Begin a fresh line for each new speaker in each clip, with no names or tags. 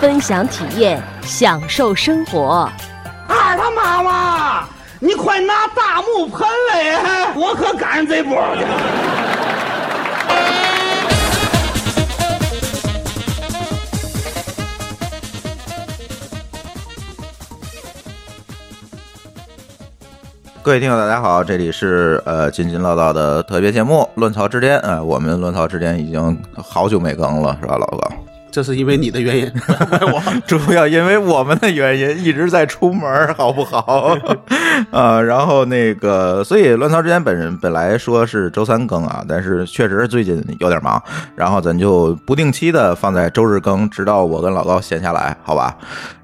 分享体验，享受生活。
二他妈妈，你快拿大木盆来，我可赶上这波去。
各位听友，大家好，这里是呃津津乐道的特别节目《论槽之巅》呃，我们《论槽之巅》已经好久没更了，是吧，老高？
这是因为你的原因，我
主要因为我们的原因一直在出门，好不好？ 呃，然后那个，所以《乱槽之间》本人本来说是周三更啊，但是确实最近有点忙，然后咱就不定期的放在周日更，直到我跟老高闲下来，好吧？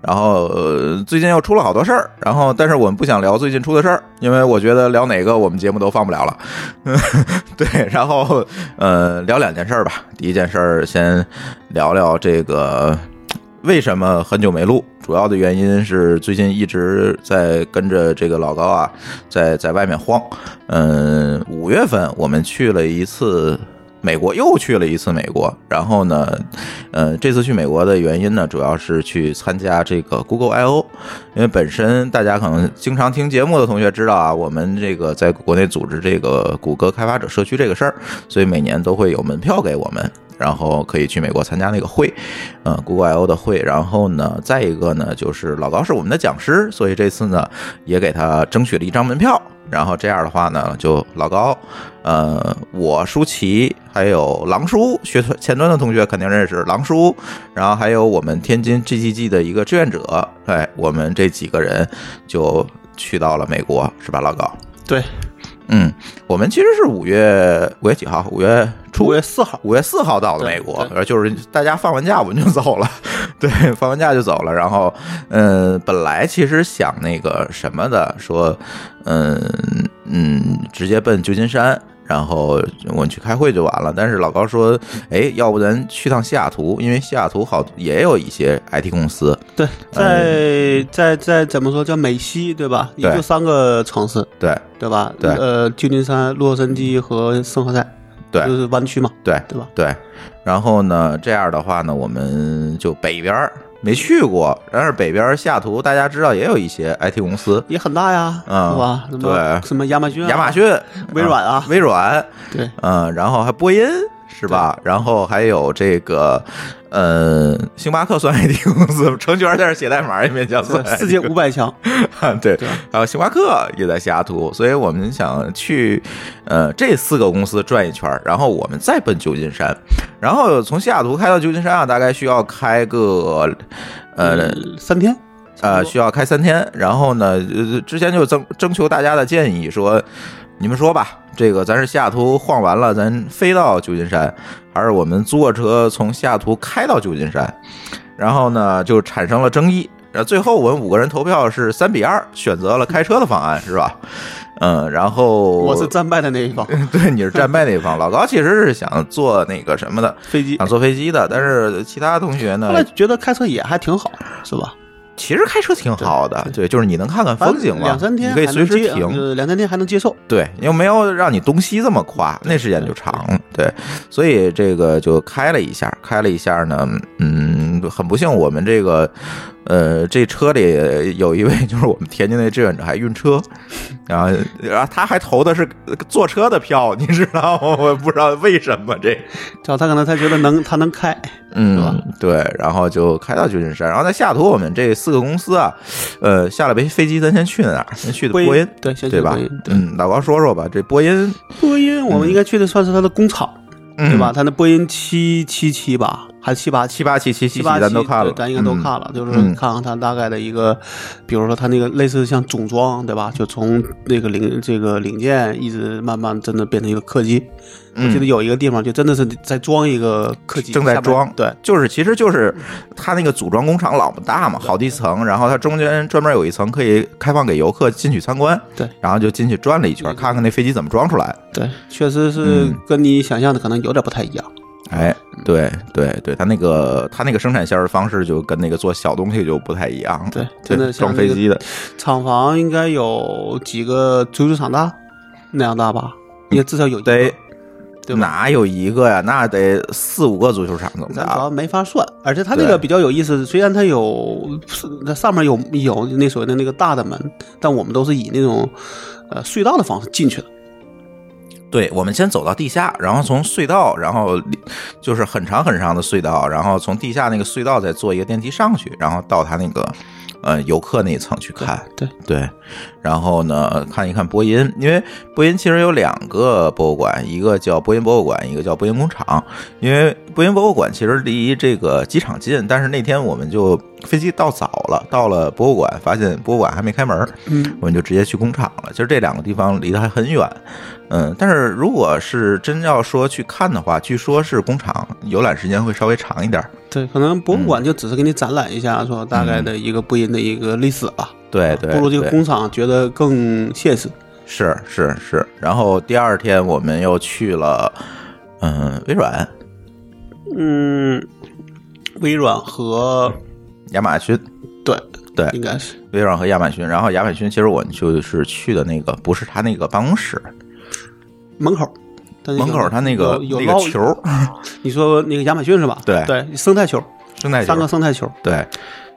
然后、呃、最近又出了好多事儿，然后但是我们不想聊最近出的事儿，因为我觉得聊哪个我们节目都放不了 了。对，然后呃，聊两件事儿吧。第一件事儿先聊聊。这个为什么很久没录？主要的原因是最近一直在跟着这个老高啊，在在外面晃。嗯，五月份我们去了一次美国，又去了一次美国。然后呢，呃，这次去美国的原因呢，主要是去参加这个 Google I/O，因为本身大家可能经常听节目的同学知道啊，我们这个在国内组织这个谷歌开发者社区这个事儿，所以每年都会有门票给我们。然后可以去美国参加那个会，呃，Google I/O 的会。然后呢，再一个呢，就是老高是我们的讲师，所以这次呢也给他争取了一张门票。然后这样的话呢，就老高，呃，我舒淇，还有狼叔，学前端的同学肯定认识狼叔，然后还有我们天津 GGG 的一个志愿者，哎，我们这几个人就去到了美国，是吧，老高？
对。
嗯，我们其实是五月五月几号？五月初？
五月四号？
五月四号到的美国，就是大家放完假我们就走了，对，放完假就走了。然后，嗯，本来其实想那个什么的，说，嗯嗯，直接奔旧金山。然后我们去开会就完了，但是老高说，哎，要不咱去趟西雅图，因为西雅图好也有一些 IT 公司。
对，在在在怎么说叫美西对吧？也就三个城市，
对
对吧？
对，
呃，旧金山、洛杉矶和圣何塞，
对，
就是湾区嘛，
对
对吧？
对，然后呢，这样的话呢，我们就北边儿。没去过，但是北边西雅图大家知道也有一些 IT 公司，
也很大呀，
嗯，
是吧？什
对，
什么亚马逊、啊、
亚马逊、
微软啊，
微软，
对，
嗯，然后还波音是吧？然后还有这个，呃，星巴克算 IT 公司，程序员在这写代码也勉强算。
世界五百强，
对，还有、啊、星巴克也在西雅图，所以我们想去，呃，这四个公司转一圈，然后我们再奔旧金山，然后从西雅图开到旧金山啊，大概需要开个。 呃，
三天，
呃，需要开三天。然后呢，呃之前就征征求大家的建议，说你们说吧，这个咱是西雅图晃完了，咱飞到旧金山，还是我们坐车从西雅图开到旧金山？然后呢，就产生了争议。然后最后我们五个人投票是三比二，选择了开车的方案，是吧？嗯，然后
我是战败的那一方，
对，你是战败那一方。老高其实是想坐那个什么的
飞 机，
想坐飞机的，但是其他同学呢，
后来觉得开车也还挺好，是吧？
其实开车挺好的，对，就是你能看看风景嘛，
两三天
你可以随时停，
呃、两三天还能接受。
对，因为没有让你东西这么夸，那时间就长了。对，所以这个就开了一下，开了一下呢，嗯，很不幸，我们这个呃，这车里有一位就是我们天津那志愿者还晕 车，然后然后他还投的是坐车的票，你知道吗？我不知道为什么这，
他可能他觉得能他能开，
嗯，对，然后就开到旧金山，然后在西雅图我们这。四个公司啊，呃，下了飞飞机，咱先去哪儿？先去的波音，
对，先
对吧？嗯，老高说说吧，这波音，
波音，我们应该去的算是它的工厂，
嗯、
对吧？它的波音七七七吧。还七八
七八期七
七
七
八
咱都看了，
对咱应该都
嗯
看了，就是
嗯
看看他大概的一个，比如说他那个类似像总装，对吧？就从那个零这个零件一直慢慢真的变成一个客机。我记得有一个地方就真的是在装一个客机，
嗯正在
下面
装，
对，
就是其实就是它那个组装工厂老大嘛，好几层，然后它中间专门有一层可以开放给游客进去参观，
对，
然后就进去转了一圈，看看那飞机怎么装出来。
对，确实是
嗯
跟你想象的可能有点不太一样。
哎，
嗯
对对对，它那个它那个生产线儿方式就跟那个做小东西就不太一样，
对真的像
装
那
飞
个
机的，
厂房应该有几个足球场大那样大吧？应该至少有一个
嗯得
对吧？
哪有一个呀？那得四五个足球场怎么
咱主
的？
要没法算，而且它那个
啊对
比较有意思，虽然它有是它上面有有那所谓的那个大的门，但我们都是以那种呃隧道的方式进去的。
对，我们先走到地下，然后从隧道，然后里就是很长很长的隧道，然后从地下那个隧道再坐一个电梯上去，然后到它那个呃游客那一层去看。
对，
对，然后呢，看一看波音，因为波音其实有两个博物馆，一个叫波音博物馆，一个叫波音工厂。因为波音博物馆其实离这个机场近，但是那天我们就飞机到早了，到了博物馆，发现博物馆还没开门，
嗯，
我们就直接去工厂了。其实这两个地方离得还很远，嗯，但是如果是真要说去看的话，据说是工厂游览时间会稍微长一点儿。
对，可能博物
嗯
馆就只是给你展览一下，说大概的一个波音的一个历史吧。
对嗯哎对，
不如这
对
个工厂觉得更现实。
是是是，然后第二天我们又去了，嗯，微软、
嗯，微软和
亚马逊，
对
嗯对
应该是
微软和亚马逊。然后亚马逊其实我们就是去的那个，不是他那个办公室
门口。但是有
门口，他那个
有有
那个
捞
球儿，
你说那个亚马逊是吧？
对
对，生态球，
生态球
三个
儿，
生态球，
对。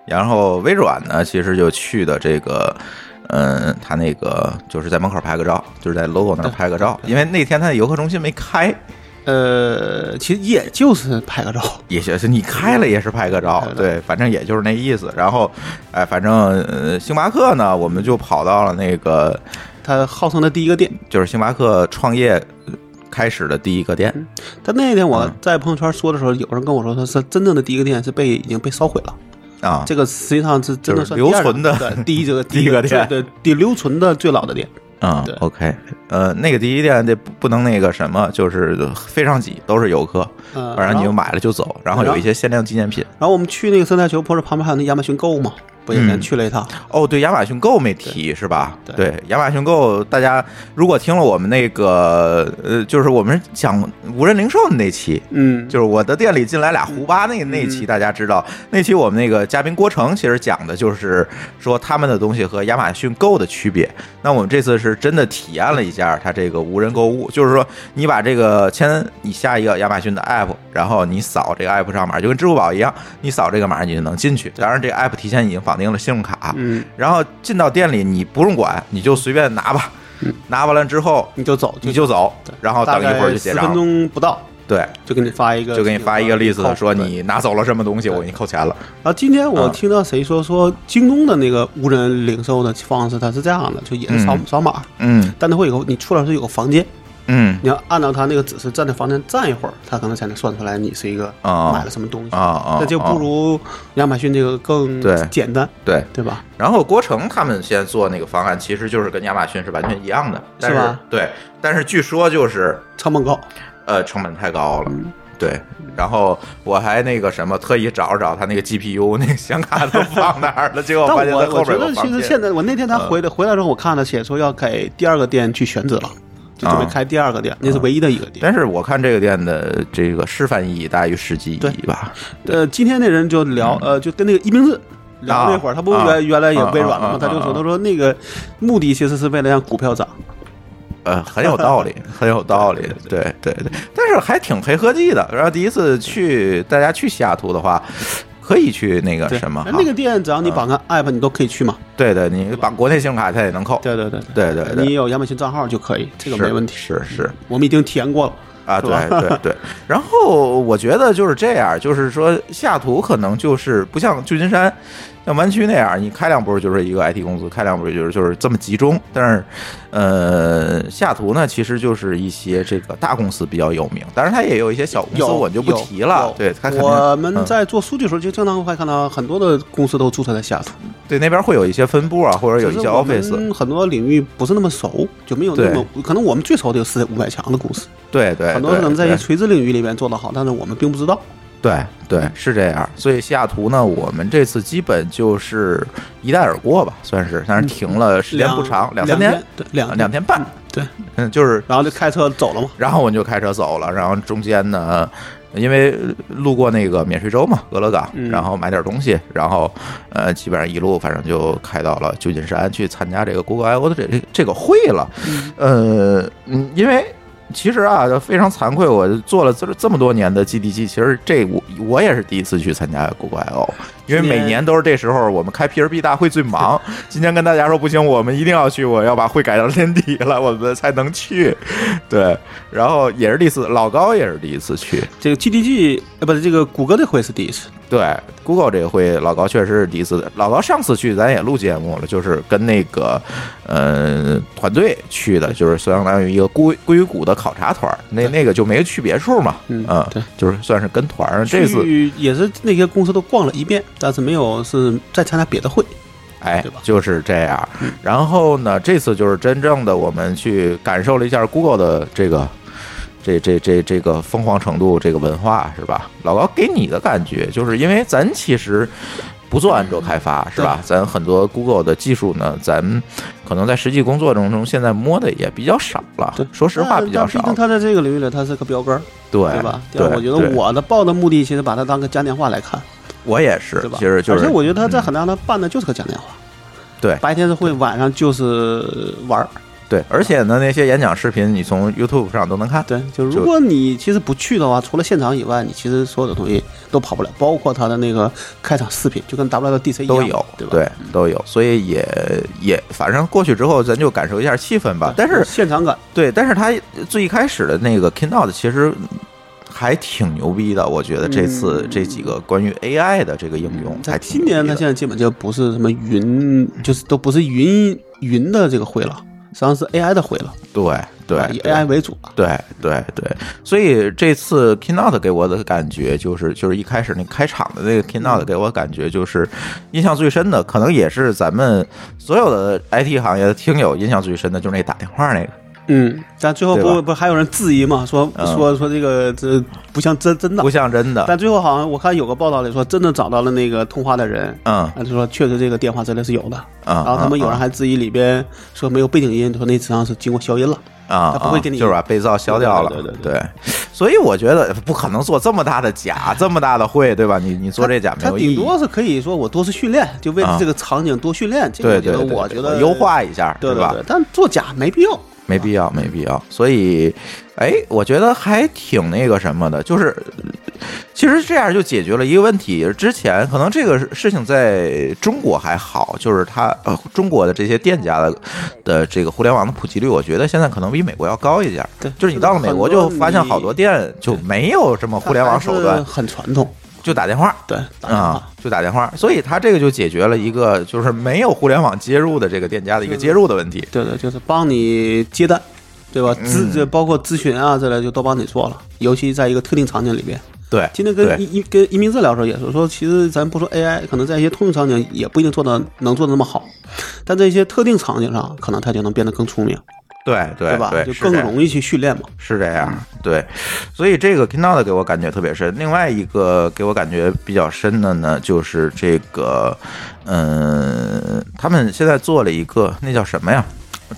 然后微软呢，其实就去的这个。嗯，他那个就是在门口拍个照，就是在 logo 那儿拍个照，因为那天他的游客中心没开，
呃，其实也就是拍个照，
也是你开了也是拍个照
拍个，照
对，反正也就是那意思。然后，哎，反正呃，星巴克呢，我们就跑到了那个
它号称的第一个店。
就是星巴克创业呃开始的第一个店，
但那天我在朋友圈说的时候，有人跟我说，他是真正的第一个店是被已经被烧毁了。
啊，
这个实际上是真
就
的
是
算
留
第二
存的
对第一这个
第一个店
对，第留存的最老的店。
嗯
对
，OK，呃，那个第一店这不不能那个什么，就是非常挤，都是游客，
嗯，
不然你就买了就走。然后有一些限量纪念品。
然后我们去那个生态球，不是旁边还有那亚马逊购物嘛，不也
嗯
去了一趟？
哦，对，亚马逊购没提是吧？
对
对，亚马逊购，大家如果听了我们那个呃，就是我们讲无人零售的那期，
嗯，
就是我的店里进来俩胡巴那那期，大家知道，那期我们那个嘉宾郭成其实讲的就是说他们的东西和亚马逊购的区别。那我们这次是真的体验了一下它这个无人购物，就是说你把这个签，你下一个亚马逊的 app，然后你扫这个 app 上码，就跟支付宝一样，你扫这个码你就能进去。当然，这个 app 提前已经绑定了信用卡，
嗯，
然后进到店里你不用管，你就随便拿吧，拿完了之后
你嗯就走，
你就走，然后等一会儿就结
十
账
分
了。
钟不到
对，
就给你发一个，呃
就给你发一个 list，说
对
你拿走了什么东西，我给你扣钱了。
啊，今天我
嗯
听到谁说说京东的那个无人零售的方式，它是这样的，就也是扫
嗯
扫码，
嗯
但它会有个你出来是有个房间，
嗯
你要按照它那个指示站在房间站一会儿，它可能才能算出来你是一个
啊
买了什么东西，
啊啊，
那就
啊
不如亚马逊这个更
对
简单，
对。
对吧？
然后郭成他们现在做那个方案，其实就是跟亚马逊是完全一样的，但
是吧
对，但是据说就是
成本高，
呃成本太高了。
嗯
对，然后我还那个什么，特意找了找他那个 GPU 那个显卡都放哪儿了，结果
但
发现
我
他
我
后
觉
边
得
有
其
房
实
间嗯
现。在我那天他回的回来之后，我看了写说要给第二个店去选址了，就准备
啊
开第二个店，那是唯一的一个店。
但是我看这个店的这个示范意义大于实际意
对
义吧？
呃，今天那人就聊，呃，就跟那个一明治聊那会儿，他不
嗯
是
啊
原原来也
啊
微软了
啊啊？
吗他就
啊
说，他说那个目的其实是为了让股票涨。
呃，很有道理，很有道理，对对对，但是还挺黑科技的。然后第一次去，大家去西雅图的话，可以去那个
对，
什么啊哈，
那个店只要你绑个 app，你都可以去嘛。
对对，你绑国内信用卡它也能扣，
对对对
对对对
你有亚马逊账号就可以，这个没问题。
是是是
我们已经体验过了。
啊，
是
对
吧
对 对。然后我觉得就是这样，就是说西雅图可能就是不像旧金山，像像湾区那样，你开辆博就是一个 IT 公司，开辆博就是就是这么集中。但是，呃，下图呢，其实就是一些这个大公司比较有名，当然它也有一些小公司，
有
我就不提了
有。
对，它肯定
我们
嗯
在做数据的时候，就经常会看到很多的公司都注册在西雅图，
对那边会有一些分部啊，或者有一些 office。
很多领域不是那么熟，就没有那么可能我们最熟的有四五百强的公司，
对对，
很多可能在一
哎对
些垂直领域里边做得好，但是我们并不知道。
对
嗯
对，是这样。所以西雅图呢，我们这次基本就是一带而过吧，算是，但是停了时间不长，
嗯两
三天
天，，对，两
两天半。
对，
嗯，就是，
然后就开车走了嘛。
然后我就开车走了，然后中间呢。因为路过那个免税州嘛，俄勒冈，
嗯
然后买点东西，然后呃，基本上一路反正就开到了旧金山去参加这个 Google I/O 的这这这个会了。呃，嗯，因为其实啊，非常惭愧，我做了这这么多年的 GDG，其实这我我也是第一次去参加 Google I/O，因为
今年
每年都是这时候我们开 PRB 大会最 忙。今天跟大家说不行，我们一定要去，我要把会改到年底了，我们才能去。对，然后也是第一次，老高也是第一次去。
这个 GDG 呃，不是这个谷歌这回是第一次，
对，Google 这回老高确实是第一次。老高上次去咱也录节目了，就是跟那个呃团队去的，就是相当于一个硅硅谷的考察团儿，那那个就没区别数嘛，
嗯
啊
对，
就是算是跟团儿。这次
去也是那些公司都逛了一遍，但是没有是再参加别的会。
哎
对吧，嗯
就是这样。然后呢，这次就是真正的我们去感受了一下 Google 的这个。这这这这个疯狂程度，这个文化是吧？老高给你的感觉，就是因为咱其实不做安卓开发
嗯
是吧？咱很多 Google 的技术呢，咱可能在实际工作中中现在摸的也比较少了
对，
说实话比较
但啊毕
少
竟。他在这个领域里，他是个标杆儿，
对
对吧？
对，
我觉得
对
我的报的目的其实把它当个嘉年华来看，
我也是
对，吧？
其实就是，嗯
而且我觉得他在很大的办的就是个嘉年华，
对
白天是会，晚上就是玩儿。
对，而且呢，那些演讲视频你从 YouTube 上都能看。
对，就
就
如果你其实不去的话，除了现场以外，你其实所有的东西都跑不了，包括他的那个开场视频，就跟 WWDC 一样
都有，
对吧？嗯
都有，所以也也，反正过去之后，咱就感受一下气氛啊吧。但是，
现场感，
对，但是他最一开始的那个 Keynote 其实还挺牛逼的，我觉得这次这几个关于 AI 的这个应用，还
嗯在
挺牛
今
逼的
年它现在基本就不是什么云，就是都不是云云的这个会了，实际上是 AI 的会了，
对对
啊以
对
AI 为主了。
对对对，所以这次 Keynote 给我的感觉就是，就是一开始那开场的
嗯
那个 Keynote 给我感觉就是，印象最深的可能也是咱们所有的 IT 行业的听友印象最深的就是那打电话那个。
嗯，但最后
对吧
不不还有人质疑嘛，说
嗯
说说这个这不像真真的
不，像真的，
但最后好像我看有个报道里说，真的找到了那个通话的人，
嗯
啊，就说确实这个电话真的是有的，
啊
然后他们有人
啊
还质疑里边说没有背景音，说那实际上是经过消音了，
啊，
他不会给你
就是把被噪消掉了，
对对对对
所以我觉得不可能做这么大的假，这么大的会，对吧？你你做这假没
他
有意
顶
义。
多是可以说我多次训练，就为
啊
了这个场景多训练，这个
对
我
对
觉得
对，
我
对
觉得
优，化一下，
对
吧
对？，但做假没必要，
没必要，没必要。所以，哎，我觉得还挺那个什么的，就是其实这样就解决了一个问题。之前可能这个事情在中国还好，就是它呃中国的这些店家的的这个互联网的普及率，我觉得现在可能比美国要高一点。
对
就是你到了美国
很
就
多
发现
你
好多店就没有什么互联网手
但还是
段，
很传统，
就打电话。
对，打电
啊
话、
就打电话，所以它这个就解决了一个就是没有互联网接入的这个店家的一个接入的问题。
对对，就是帮你接单，对
嗯
吧？咨这包括咨询啊之类就都帮你做了，尤其在一个特定场景里边。
对，
今天
对
跟一一跟移民治疗时候也是说，其实咱不说 AI，可能在一些通用场景也不一定做的能做的那么好，但在一些特定场景上，可能它就能变得更聪明，
对对
对吧？就是更
这样
容易去训练嘛。
是这样，
嗯
对，所以这个 Keynote 给我感觉特别深。另外一个给我感觉比较深的呢，就是这个，嗯，他们现在做了一个那叫什么呀？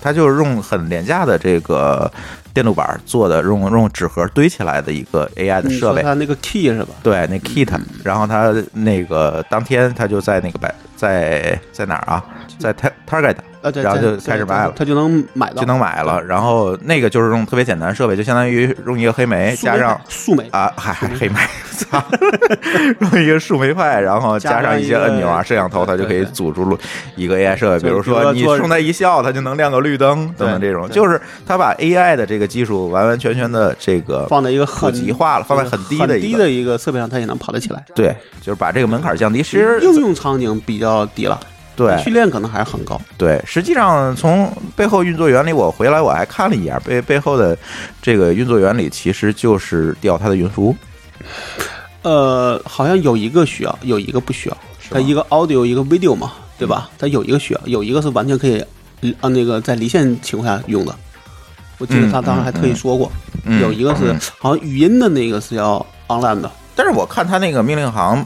他就是用很廉价的这个电路板做的，用用纸盒堆起来的一个 AI 的
你
设
说嗯
备。
它那个 key 是吧？
对，那 kit，然后他那个当天他就在那个百在在哪儿啊，在 Tar- Target
啊，对，
然后就
在
开始卖了
他就能买到，
就能买了。然后那个就是用特别简单的设备，就相当于用一个黑莓
树莓
加上
树莓
啊，还还黑莓，操，用一个树莓派，然后加上一些按钮啊、摄像头，它就可以组出一个 AI 设备。比如说你冲它一笑，它就能亮个绿灯等等这种，就是它把 AI 的这个技术完完全全的这个
放在一个很
普及化了，放在很低
的
的一
低
个
一个设备上，它也能跑得起来。
对，就是把这个门槛降低。其实
应用场景比较低了，
对
训练可能还是很高。
对，实际上从背后运作原理，我回来我还看了一眼，背背后的这个运作原理其实就是调它的云服务。
呃，好像有一个需要，有一个不需要。它一个 audio 一个 video 嘛，
嗯
对吧？它有一个需要，有一个是完全可以嗯按那个在离线情况下用的。我记得他当时还特意说过，
嗯嗯嗯
有一个是、
嗯
好像语音的那个是要 online 的，
但是我看它那个命令行，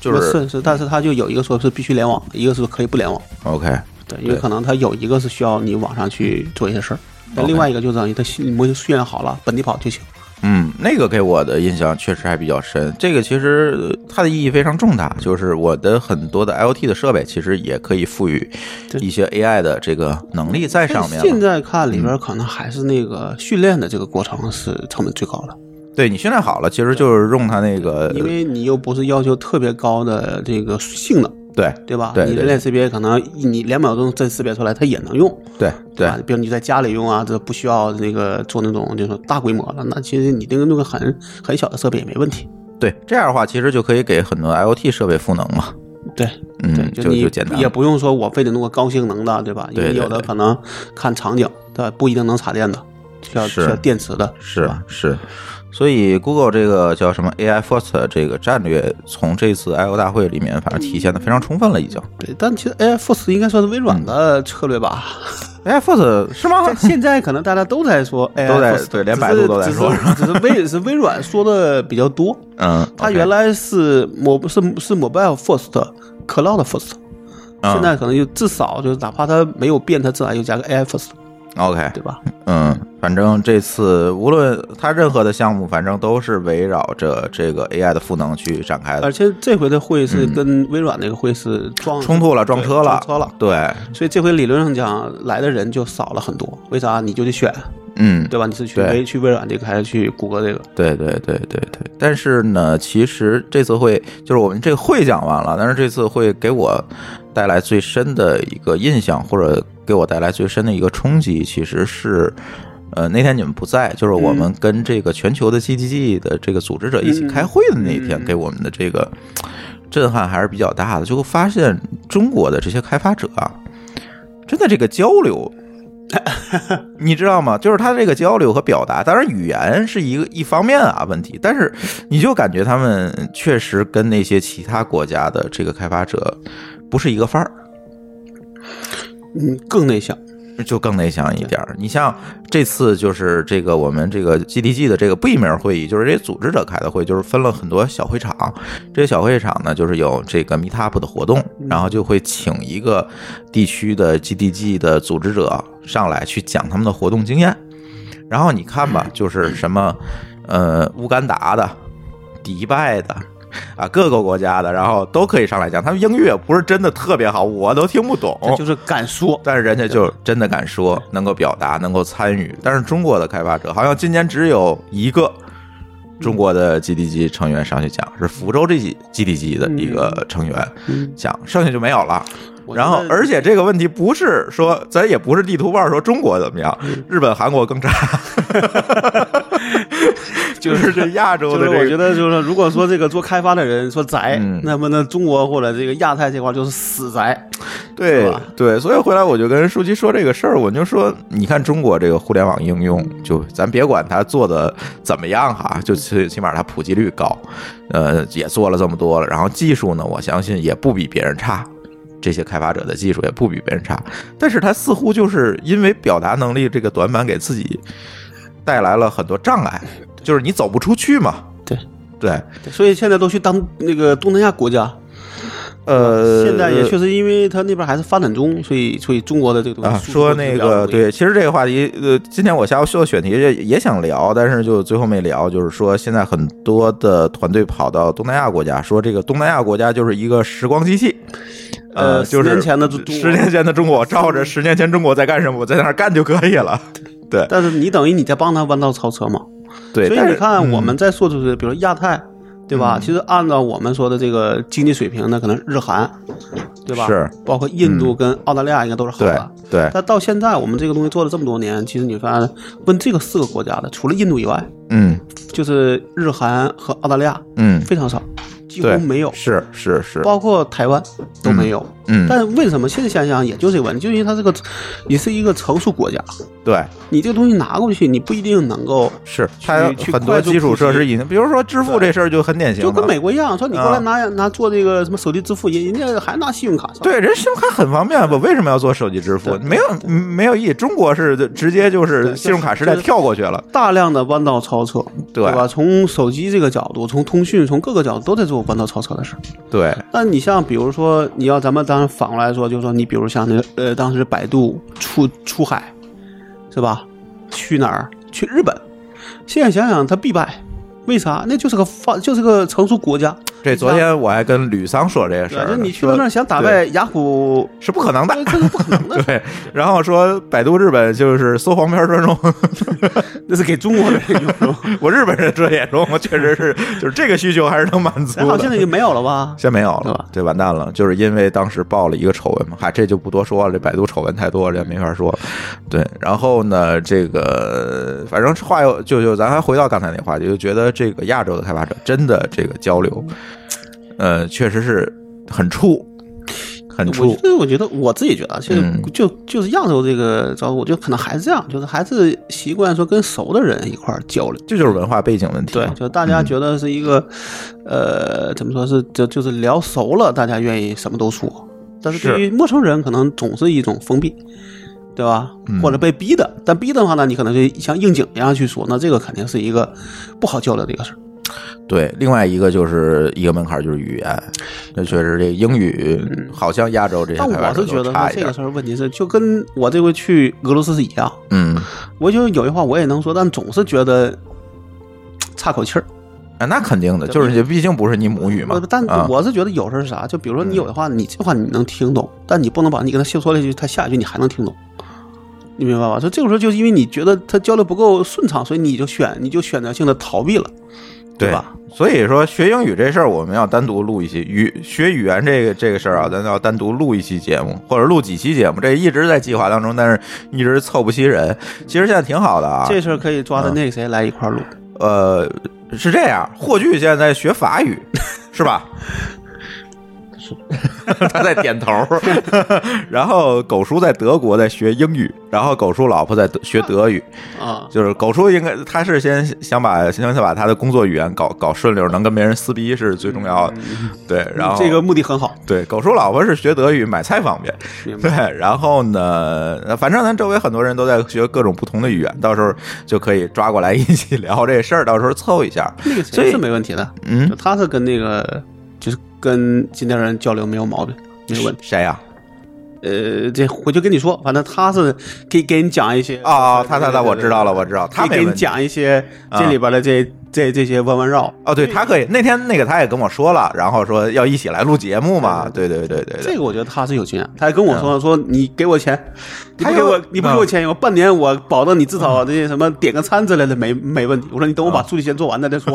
就
不
是嗯
是是，但是它就有一个说是必须联网，一个是可以不联网。
OK，
对，因为
对嗯
可能它有一个是需要你网上去做一些事儿，但
OK
另外一个就等于它训模型训练好了，本地跑就行。
嗯，那个给我的印象确实还比较深。这个其实呃它的意义非常重大，就是我的很多的 IoT 的设备其实也可以赋予
对
一些 AI 的这个能力在上面
现
了。嗯
在看里边可能还是那个训练的这个过程是成本最高的，
对你训练好了，其实就是用它那个
因为你又不是要求特别高的这个性能，
对
对吧？
对
你
对
人脸识别可能你两秒钟再识别出来，它也能用，
对
对
对
吧？比如你在家里用啊，这不需要那个做那种就是大规模的，那其实你那个弄个很很小的设备也没问题。
对，这样的话其实就可以给很多 IoT 设备赋能嘛。
对，对
嗯，，就
你
简单了。
也不用说我非得弄个高性能的，对吧？因
对
为
对
有的
对
可能看场景，对吧？不一定能插电的，需要需
是
要电池的，
是
吧？
是，所以 Google 这个叫什么 AI First 这个战略，从这次 I/O 大会里面，反正体现的非常充分了，已经。
对，但其实 AI Force 应该算是微软
嗯
的策略吧？
AI First 是吗
在现在可能大家都在 说 AI，
都在
Force，
对连
只
百
是
度都在
只是
说
只是微是微软说的比 较多。
嗯，
它
OK
原来是模是是 Mobile First、Cloud First，
嗯
现在可能就至少就是哪怕它没有变，它至少又加个 AI First，
OK，
对吧？
嗯，反正这次无论它任何的项目，反正都是围绕着这个 AI 的赋能去展开
而
的。
且这回的会是跟微软那个会是撞
嗯冲突了，撞车了，
对撞车了。
对，
所以这回理论上讲，来的人就少了很多。为啥？你就得选，
嗯，
对吧？你是去
对
微去微软这个，还是去谷歌这个？
对对对对对，但是呢，其实这次会就是我们这个会讲完了，但是这次会给我带来最深的一个印象，或者给我带来最深的一个冲击，其实是。呃，那天你们不在，就是我们跟这个全球的 GGG 的这个组织者一起开会的那一天，给我们的这个震撼还是比较大的。就会发现中国的这些开发者啊，真的这个交流你知道吗？就是他这个交流和表达，当然语言是一个一方面啊问题，但是你就感觉他们确实跟那些其他国家的这个开发者不是一个范儿，
嗯，更内向。
就更内向一点儿。你像这次就是这个我们这个 GDG 的这个 B 面会议，就是这些组织者开的会，就是分了很多小会场。这些小会场呢，就是有这个 Meetup 的活动，然后就会请一个地区的 GDG 的组织者上来去讲他们的活动经验。然后你看吧，就是什么呃乌干达的、迪拜的。啊，各个国家的，然后都可以上来讲，他们英语也不是真的特别好，我都听不懂。
这就是敢说，
但是人家就真的敢说，能够表达，能够参与。但是中国的开发者好像今年只有一个中国的 GDG 成员上去讲，是福州这几 GDG 的一个成员讲，剩下就没有了。
嗯我觉
然
得
后，而且这个问题不是说咱也不是地图炮说中国怎么样，
嗯
日本、韩国更差， 就是这亚洲
就
的
是
这个
我觉得就是说，如果说这个做开发的人说宅，
嗯
那么呢，中国或者这个亚太这块就是死宅，是
对
吧
对，所以回来我就跟舒淇说这个事儿，我就说，你看中国这个互联网应用，就咱别管它做的怎么样哈，就起起码它普及率高，呃，也做了这么多了，然后技术呢，我相信也不比别人差。这些开发者的技术也不比别人差，但是它似乎就是因为表达能力这个短板，给自己带来了很多障碍，就是你走不出去嘛。
对
对，
对所以现在都去当那个东南亚国家。
呃，
现在也确实，因为他那边还是发展中，所以所以中国的这个东
啊，
西输出
说
会
那
比较
个
容易，
对，其实这个话题，呃，今天我下午秀的选题也也想聊，但是就最后没聊，就是说现在很多的团队跑到东南亚国家，说这个东南亚国家就是一个时光机器。呃，就
十
是
年前的中国
十年前的中国，照着十年前中国在干什么，我在那儿干就可以了。对
但是你等于你在帮他弯道超车嘛。
对，
所以
但
你
是
看，
嗯
我们在说就是，比如亚太，对吧？其实按照我们说的这个经济水平呢，可能日韩，对吧？
是，
包括印度跟澳大利亚应该都是好
对
的。
对，
但到现在，我们这个东西做了这么多年，其实你发现，问这个四个国家的，除了印度以外，
嗯
就是日韩和澳大利亚
嗯，
非常少，几乎
对，
没有，
是是是，
包括台湾都没有。
嗯，
但为什么现在想想，也就这个问题，就因为它是个，也是一个成熟国家，
对，
你这个东西拿过去，你不一定能够，
是它有
去
很多
快速
基础
普及
设施已经，比如说支付
对
这事儿就很典型
就
了，
跟美国一样，说你过
啊
来拿拿做这个什么手机支付，人人家还拿信用卡上。
对，人信用卡很方便，我啊为什么要做手机支付？
对对
没有没有意义。中国是直接就是
对
信用卡时
就
代
是
跳过去了，
大量的弯道超车，
对
吧？从手机这个角度，从通讯，从各个角度都在做弯道超车的事儿。
对，
那你像比如说，你要咱们当然反过来说，就是说你比如像那个呃，当时百度出出海，是吧？去哪儿？去日本。现在想想，它必败，为啥？那就是个发，就是个成熟国家。
这昨天我还跟吕桑说这个
对
事
吧，
儿
就
呢，
你去了那儿
说
想打败雅虎，
是不可能的
这。这是不可能的，
对，然后说百度日本就是搜黄片专用，
那是给中国人用的。
我日本人专业中，确实是就是这个需求还是能满足
然后
的。
现在已经没有了吧？
现在没有
对
了
吧，
这完蛋了，就是因为当时爆了一个丑闻嘛，嗨，这就不多说了，这百度丑闻太多了，这没法说。对，然后呢，这个反正话又就就咱还回到刚才那话题，就觉得这个亚洲的开发者真的这个交流，呃，确实是很怵，很
我
怵
觉，得，我觉得我自己觉得啊，其实
嗯
就就是亚洲这个招，我觉得可能还是这样，就是还是习惯说跟熟的人一块儿交流。
这就是文化背景问题
对
嘛。，
就大家觉得是一个，呃，怎么说是就就是聊熟了，大家愿意什么都说，但是
是
对于陌生人，可能总是一种封闭，对吧？
嗯
或者被逼的，但逼的话呢，你可能就像应景一样去说，那这个肯定是一个不好交流的一个事儿。
对，另外一个就是一个门槛就是语言，那确实这个英语好像亚洲这些
嗯但
开发
我
者
是觉
都
得
差
说
一
这
点
个。事儿，问题是就跟我这回去俄罗斯是一样，
嗯，
我就有一话我也能说，但总是觉得差口气儿。
啊，那肯定的，就是也毕竟不是你母语嘛
我。呃但
啊嗯
我是觉得有时候是啥，就比如说你有的话，你这话你能听懂，但你不能把你跟他细说了一句，他下一句你还能听懂。你明白吧？所以这个时候就是因为你觉得他交流不够顺畅，所以你就选你就选择性的逃避了，
对
吧？？
所以说学英语这事儿，我们要单独录一期语学语言这个这个事儿啊，咱要单独录一期节目，或者录几期节目，这一直在计划当中，但是一直凑不齐人。其实现在挺好的啊，
这事儿可以抓着那个谁来一块儿录。
呃是这样，霍炬现在在学法语，是吧？ 他在点头， 然后狗叔在德国在学英语，然后狗叔老婆在德学德语，
啊，
就是狗叔应该他是先想把先想把他的工作语言搞搞顺溜，能跟别人撕逼是最重要的。对，然后
嗯啊这个目的很好，
对狗叔老婆是学德语，买菜方便。
明白
对，然后呢，呃反正咱周围很多人都在学各种不同的语言，到时候就可以抓过来一起聊这事儿，到时候凑一下。
那个
所以
谁是没问题的，
嗯
就他是跟那个就是跟今天人交流没有毛病，没有问题。
谁呀、
呃，这回去跟你说，反正他是给给你讲一些
哦哦他他他
对对对
我知道了我知道啊他没
给给你
问题
讲一些
啊
这里边的这、这这些弯弯绕。
哦，对他可以，那天那个他也跟我说了，然后说要一起来录节目嘛。对对对对
这
对，
个我觉得他是有经验，他还跟我说、说你给我钱，你
他
不
有
给我你不给我
嗯
钱，我半年我保证你至少这些什么点个餐之类的没没问题。我说你等
嗯
我把助理先做完了再说。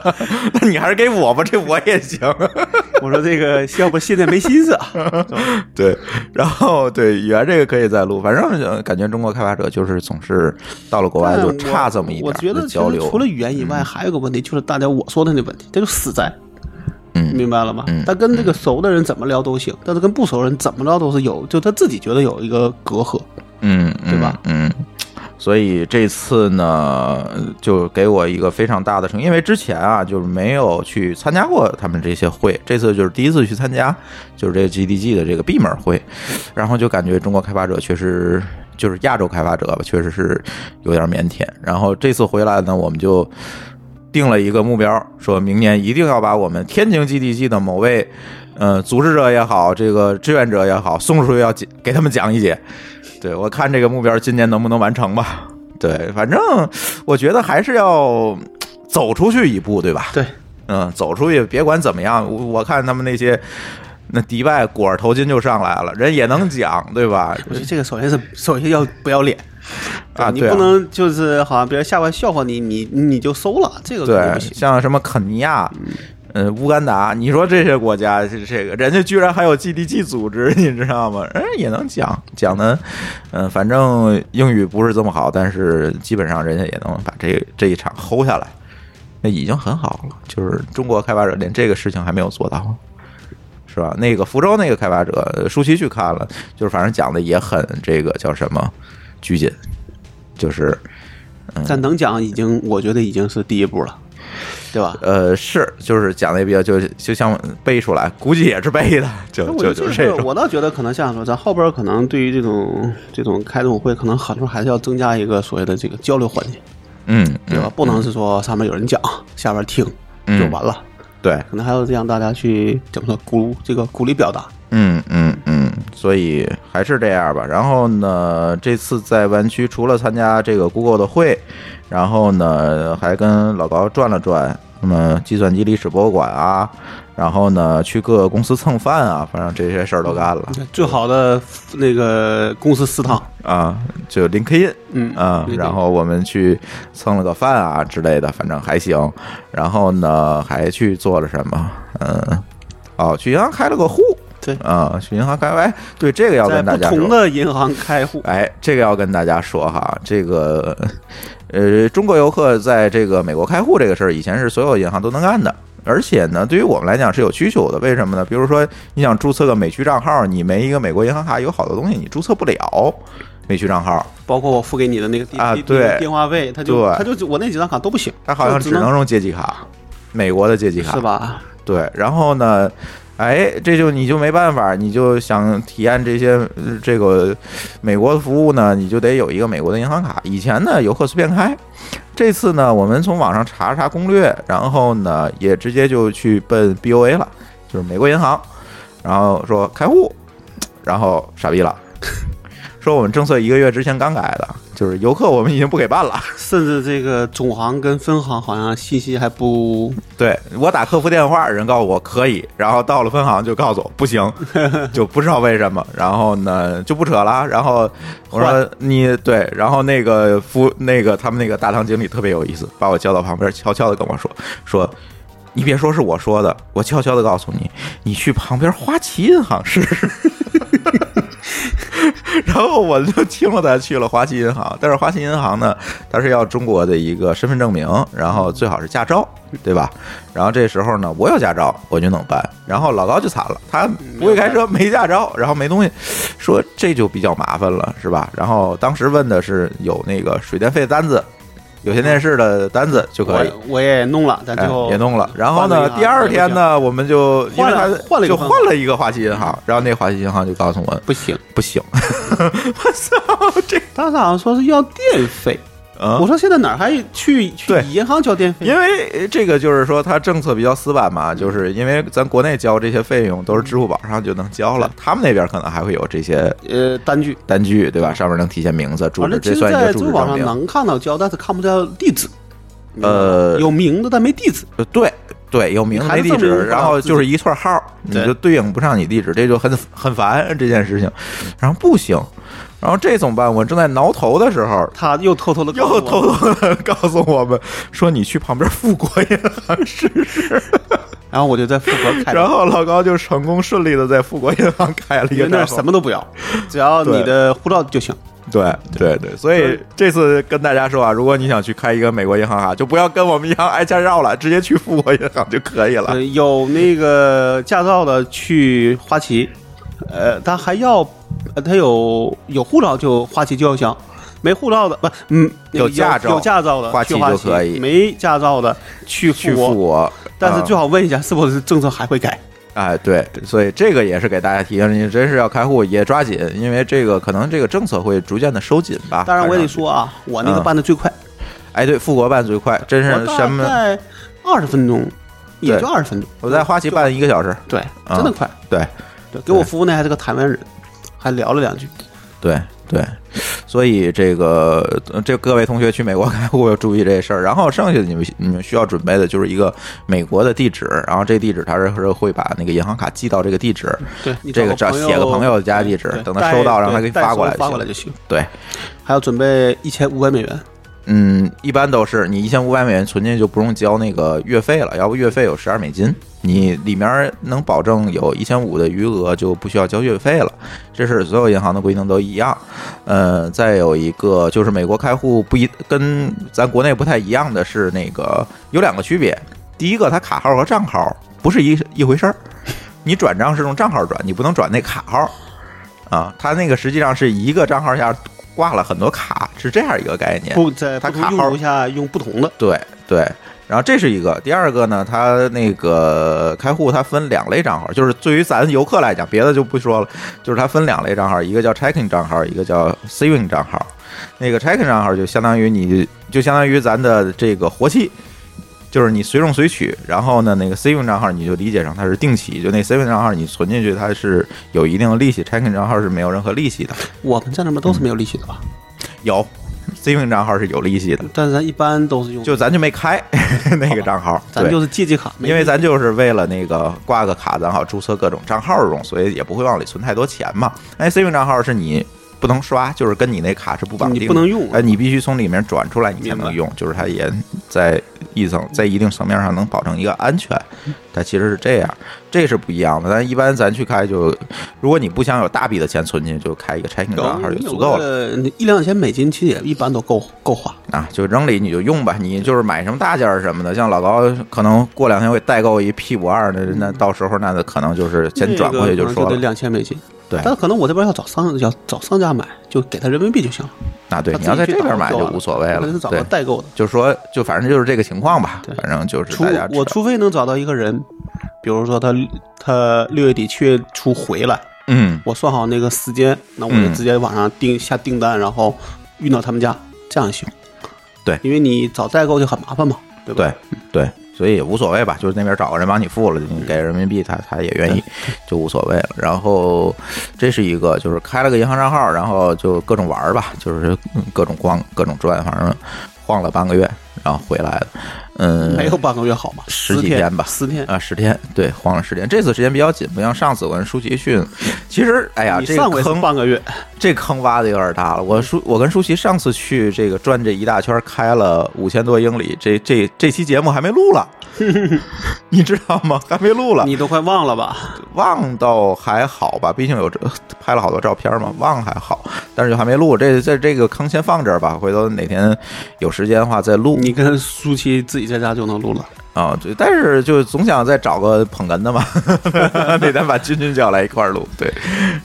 那你还是给我吧，这我也行。
我说这个要不现在没 心思啊。
对，然后对语言这个可以再录，反正呃感觉中国开发者就是总是到了国外
但
就
我
差这么一
我
点
觉
儿
得
的
其
交
实
流。
除了语言以外，还有个问题就是大家我说的那问题，这就死宅。
嗯
明白了吧？
嗯
他跟这个熟的人怎么聊都行，但是跟不熟人怎么聊都是有，就他自己觉得有一个隔阂。
嗯，
对吧
嗯？嗯，所以这次呢，就给我一个非常大的成，因为之前啊，就是没有去参加过他们这些会，这次就是第一次去参加，就是这个 GDG 的这个闭门会，然后就感觉中国开发者确实。就是亚洲开发者吧，确实是有点腼腆。然后这次回来呢，我们就定了一个目标，说明年一定要把我们天津 GDG 的某位，呃，组织者也好，这个志愿者也好，送出去要解给他们讲一解。对我看这个目标今年能不能完成吧。对，反正我觉得还是要走出去一步，对吧？
对，
嗯，走出去，别管怎么样，我我看他们那些。那迪拜裹着头巾就上来了，人也能讲，对吧？
我觉得这个首先是首先要不要脸对
啊
你
对啊
不能就是好像别人下边笑话你，你你就收了，这个肯定
对
不，行。
像什么肯尼亚。嗯，乌干达，你说这些国家，这这个人家居然还有 GDG 组织， 你知道吗？人家也能讲讲的，嗯，反正英语不是这么好，但是基本上人家也能把这这一场吼下来，那已经很好了。就是中国开发者连这个事情还没有做到，是吧？那个福州那个开发者，呃舒淇去看了，就是反正讲的也很这个叫什么拘谨，就是
但能讲已经，我觉得已经是第一步了，对吧？
呃，是，就是讲的也比较，就就像背出来，估计也是背的，就
我觉
就
得
就是
这
这
个，
种。
我倒觉得可能像说，咱后边可能对于这种这种开这种会，可能很多还是要增加一个所谓的这个交流环节，
嗯，
对吧？
嗯
不能是说上面有人讲，下边听
嗯
就完了，
对，
可能还要让大家去怎么说鼓这个鼓励表达。
嗯嗯嗯，所以还是这样吧。然后呢，这次在湾区除了参加这个 Google 的会，然后呢还跟老高转了转，那么计算机历史博物馆啊，然后呢去各个公司蹭饭啊，反正这些事儿都干了
最好的那个公司食堂，
啊，就 LinkedIn。
嗯
啊，
对对
然后我们去蹭了个饭啊之类的，反正还行。然后呢，还去做了什么？嗯，哦，去银行开了个户。
对
啊，去银行开，哎，对这个要
在
跟
不
大家说，
同的银行开户，
哎，这个要跟大家说哈，这个呃，中国游客在这个美国开户这个事儿，以前是所有银行都能干的。而且呢，对于我们来讲是有需求的，为什么呢？比如说，你想注册个美区账号，你没一个美国银行卡，有好多东西你注册不了美区账号。
包括我付给你的那个电
啊
电
对
电电话费，他就
对
他就我那几张卡都不行，
它好像
就
只能用借记卡，美国的借记卡
是？吧？
对，然后呢，哎，这就你就没办法，你就想体验这些呃这个美国的服务呢，你就得有一个美国的银行卡。以前呢，游客随便开，这次呢，我们从网上查了查攻略，然后呢，也直接就去奔 BOA 了，就是美国银行，然后说开户，然后傻逼了。说我们政策一个月之前刚改的，就是游客我们已经不给办了。
甚至这个总行跟分行好像信息还不
对我打客服电话，人告诉我可以，然后到了分行就告诉我不行，就不知道为什么。然后呢就不扯了。然后我说你对，然后那个服那个他们那个大堂经理特别有意思，把我叫到旁边，悄悄的跟我说说。你别说是我说的，我悄悄的告诉你，你去旁边花旗银行试试。 然后我就听了他去了花旗银行，但是花旗银行呢，它是要中国的一个身份证明，然后最好是驾照，对吧？然后这时候呢，我有驾照，我就能办。然后老高就惨了，他不会开车，没驾照，然后没东西，说这就比较麻烦了，是吧？然后当时问的是有那个水电费单子，有线电视的单子就可以。
我我也弄了，但最
哎
后、
也弄了，然后呢，第二天，呢，我们就因为
换了
他
换了一
就
个
换
分行
了一个花旗银行，然后那花旗银行就告诉我
不行。
不行，我操，这
当时好像说是要电费，
啊
我说现在哪儿还去去
对
银行交电费？
因为呃这个就是说，它政策比较死板嘛，就是因为咱国内交这些费用都是支付宝上就能交了，他们那边可能还会有这些
呃，单据，
单据，对吧？上面能体现名字、住
反
址，
正
这
其实
算一
在
个
支
住
付
址
宝
证
上
明。
能看到交，但是看不到地址。
呃
有名字但没地址，
呃，对对，有名字
还
没
是
地
证明
址，
不了
然后
自
就是一串号，你
对
就对应不上你地址，这就很很烦这件事情。然后不行，然后这怎么办？我正在挠头的时候，
他又 偷偷的
又偷偷的告诉我们说，你去旁边富国银行试试。
然后我就在富国开了，
然后老高就成功顺利的在富国银行开了一
因
个
为那
账
儿
户
什么都不要，只要
对
你的护照就行。
对对对，所以这次跟大家说啊，如果你想去开一个美国银行卡，就不要跟我们一样挨家绕了，直接去富国银行就可以了。
呃，有那个驾照的去花旗，呃，他还要，呃他有有护照就花旗就要香，没护照的不，嗯，
有驾照
有驾照的
花旗
旗花
就可以
没驾照的去
去
富
富
国，
国，
但是最
好
好问一下是不是政策还会改。
哎，对，所以这个也是给大家提醒，你真是要开户也抓紧，因为这个可能这个政策会逐渐的收紧吧。
当然我也得
反正，
说啊，我那个
嗯
办的最快，
哎，对，富国办最快，真
我
是
大
嗯什么？
概二十分钟，也
对
就二十分钟。
我在花旗办一个小时，
对，
嗯
真的快。
对，
对，给我服务那还是个台湾人，还聊了两句。
对对，所以这个呃这各位同学去美国 开户要注意这事儿。然后剩下的你们你们需要准备的就是一个美国的地址，然后这地址他是会把那个银行卡寄到这个地址，
对，你
这个
找
这写个朋友家地址
对，
等他
带
收到让
对
他给你
带
发过
收
来
发
就
过
行
来
嗯
就行。
对，
还要准备一千五百美元，
嗯，一般都是你一千五百美元存进去就不用交那个月费了，要不月费有十二美金，你里面能保证有一千五的余额就不需要交月费了，这是所有银行的规定都一样。呃，再有一个就是美国开户不一跟咱国内不太一样的是那个有两个区别，第一个它卡号和账号不是一一回事儿，你转账是用账号转，你不能转那卡号。啊，它那个实际上是一个账号下挂了很多卡，是这样一个概念。
不在
他
不同
卡
用
号
途下用不同的。
对对，然后这是一个，第二个呢，它那个开户它分两类账号，就是对于咱游客来讲，别的就不说了，就是它分两类账号，一个叫 checking 账号，一个叫 saving 账号。那个 checking 账号就相当于你就相当于咱的这个活期。就是你随用随取，然后呢，那个 saving 账号你就理解成它是定期，就那 saving 账号你存进去它是有一定的利息，checking 账号是没有任何利息的。
我们在那边都
嗯
是没有利息的吧？
有 saving 账号是有利息的，
但是咱一般都是用，
就咱就没开 那个账号，
咱
对
就是借记卡，没
因为
利息
咱就是为了那个挂个卡，咱好注册各种账号用，所以也不会往里存太多钱嘛。哎，saving 账号是你不能刷，就是跟你那卡是不绑定的，
你不能用
哎，你必须从里面转出来，你才能用。就是它也在一层，在一定层面上能保证一个安全，它其实是这样，这是不一样的。但一般咱去开就，如果你不想有大笔的钱存进去，就开一个 checking 账号就足够了。
了，你一两千美金其实也一般都够够花。
啊，就扔里你就用吧，你就是买什么大件儿什么的，像老高可能过两天会代购一 P 五二的，
嗯
那到时候那可能就是先转过去
就
说
得
了，
两千美金。
对
但可能我这边要找商要找商家买，就给他人民币就行了。
啊对，
他
你
自
要
己
在
去
这边
找
买就
完
无所谓
我得
了，
找个
对，
代购的。
就说就反正就是这个情况吧
对，
反正就是
除
大家
我
知道
除非能找到一个人，比如说他他六月底七月初回来，
嗯
我算好那个时间，那我就
嗯
直接网上订下订单，然后运到他们家，这样也行。
对
因为你找代购就很麻烦嘛，对吧？
对对，所以也无所谓吧，就是那边找个人帮你付了，你给人民币他他也愿意，就无所谓了。然后这是一个就是开了个银行账号，然后就各种玩儿吧，就是嗯各种逛各种转，反正晃了半个月，然后回来了，嗯，
没有半个月好吗？
十
10
几
天
天吧
十天。
啊，十天，对，晃了十天。这次时间比较紧，不像上次我跟舒淇去。其实，哎呀，
你
这
上
个
回是
坑，
半个月，
这坑挖的有点大了。我舒，我跟舒淇上次去这个转这一大圈，开了五千多英里。这这这期节目还没录 了，你知道吗？还没录了。
你都快忘了吧？
忘倒还好吧，毕竟有这拍了好多照片嘛，忘还好，但是就还没录。这在这个坑先放这儿吧，回头哪天有时间的话再录。
你跟舒淇自己在家就能录了。
啊、对，但是就总想再找个捧哏的嘛， 那天把君君叫来一块儿录，对。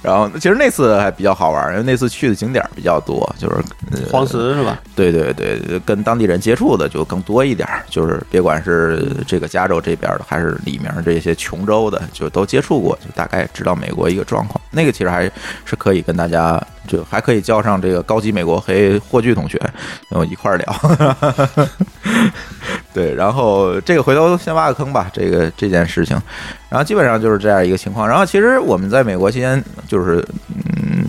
然后其实那次还比较好玩儿，因为那次去的景点儿比较多，就是、呃、
黄石是吧？
对对对，跟当地人接触的就更多一点儿，就是别管是这个加州这边的，还是里面这些穷州的，就都接触过，就大概知道美国一个状况。那个其实还是可以跟大家，就还可以叫上这个高级美国黑霍炬同学，然后一块儿聊。 对，然后这个回头先挖个坑吧，这个这件事情，然后基本上就是这样一个情况。然后其实我们在美国期间，就是嗯，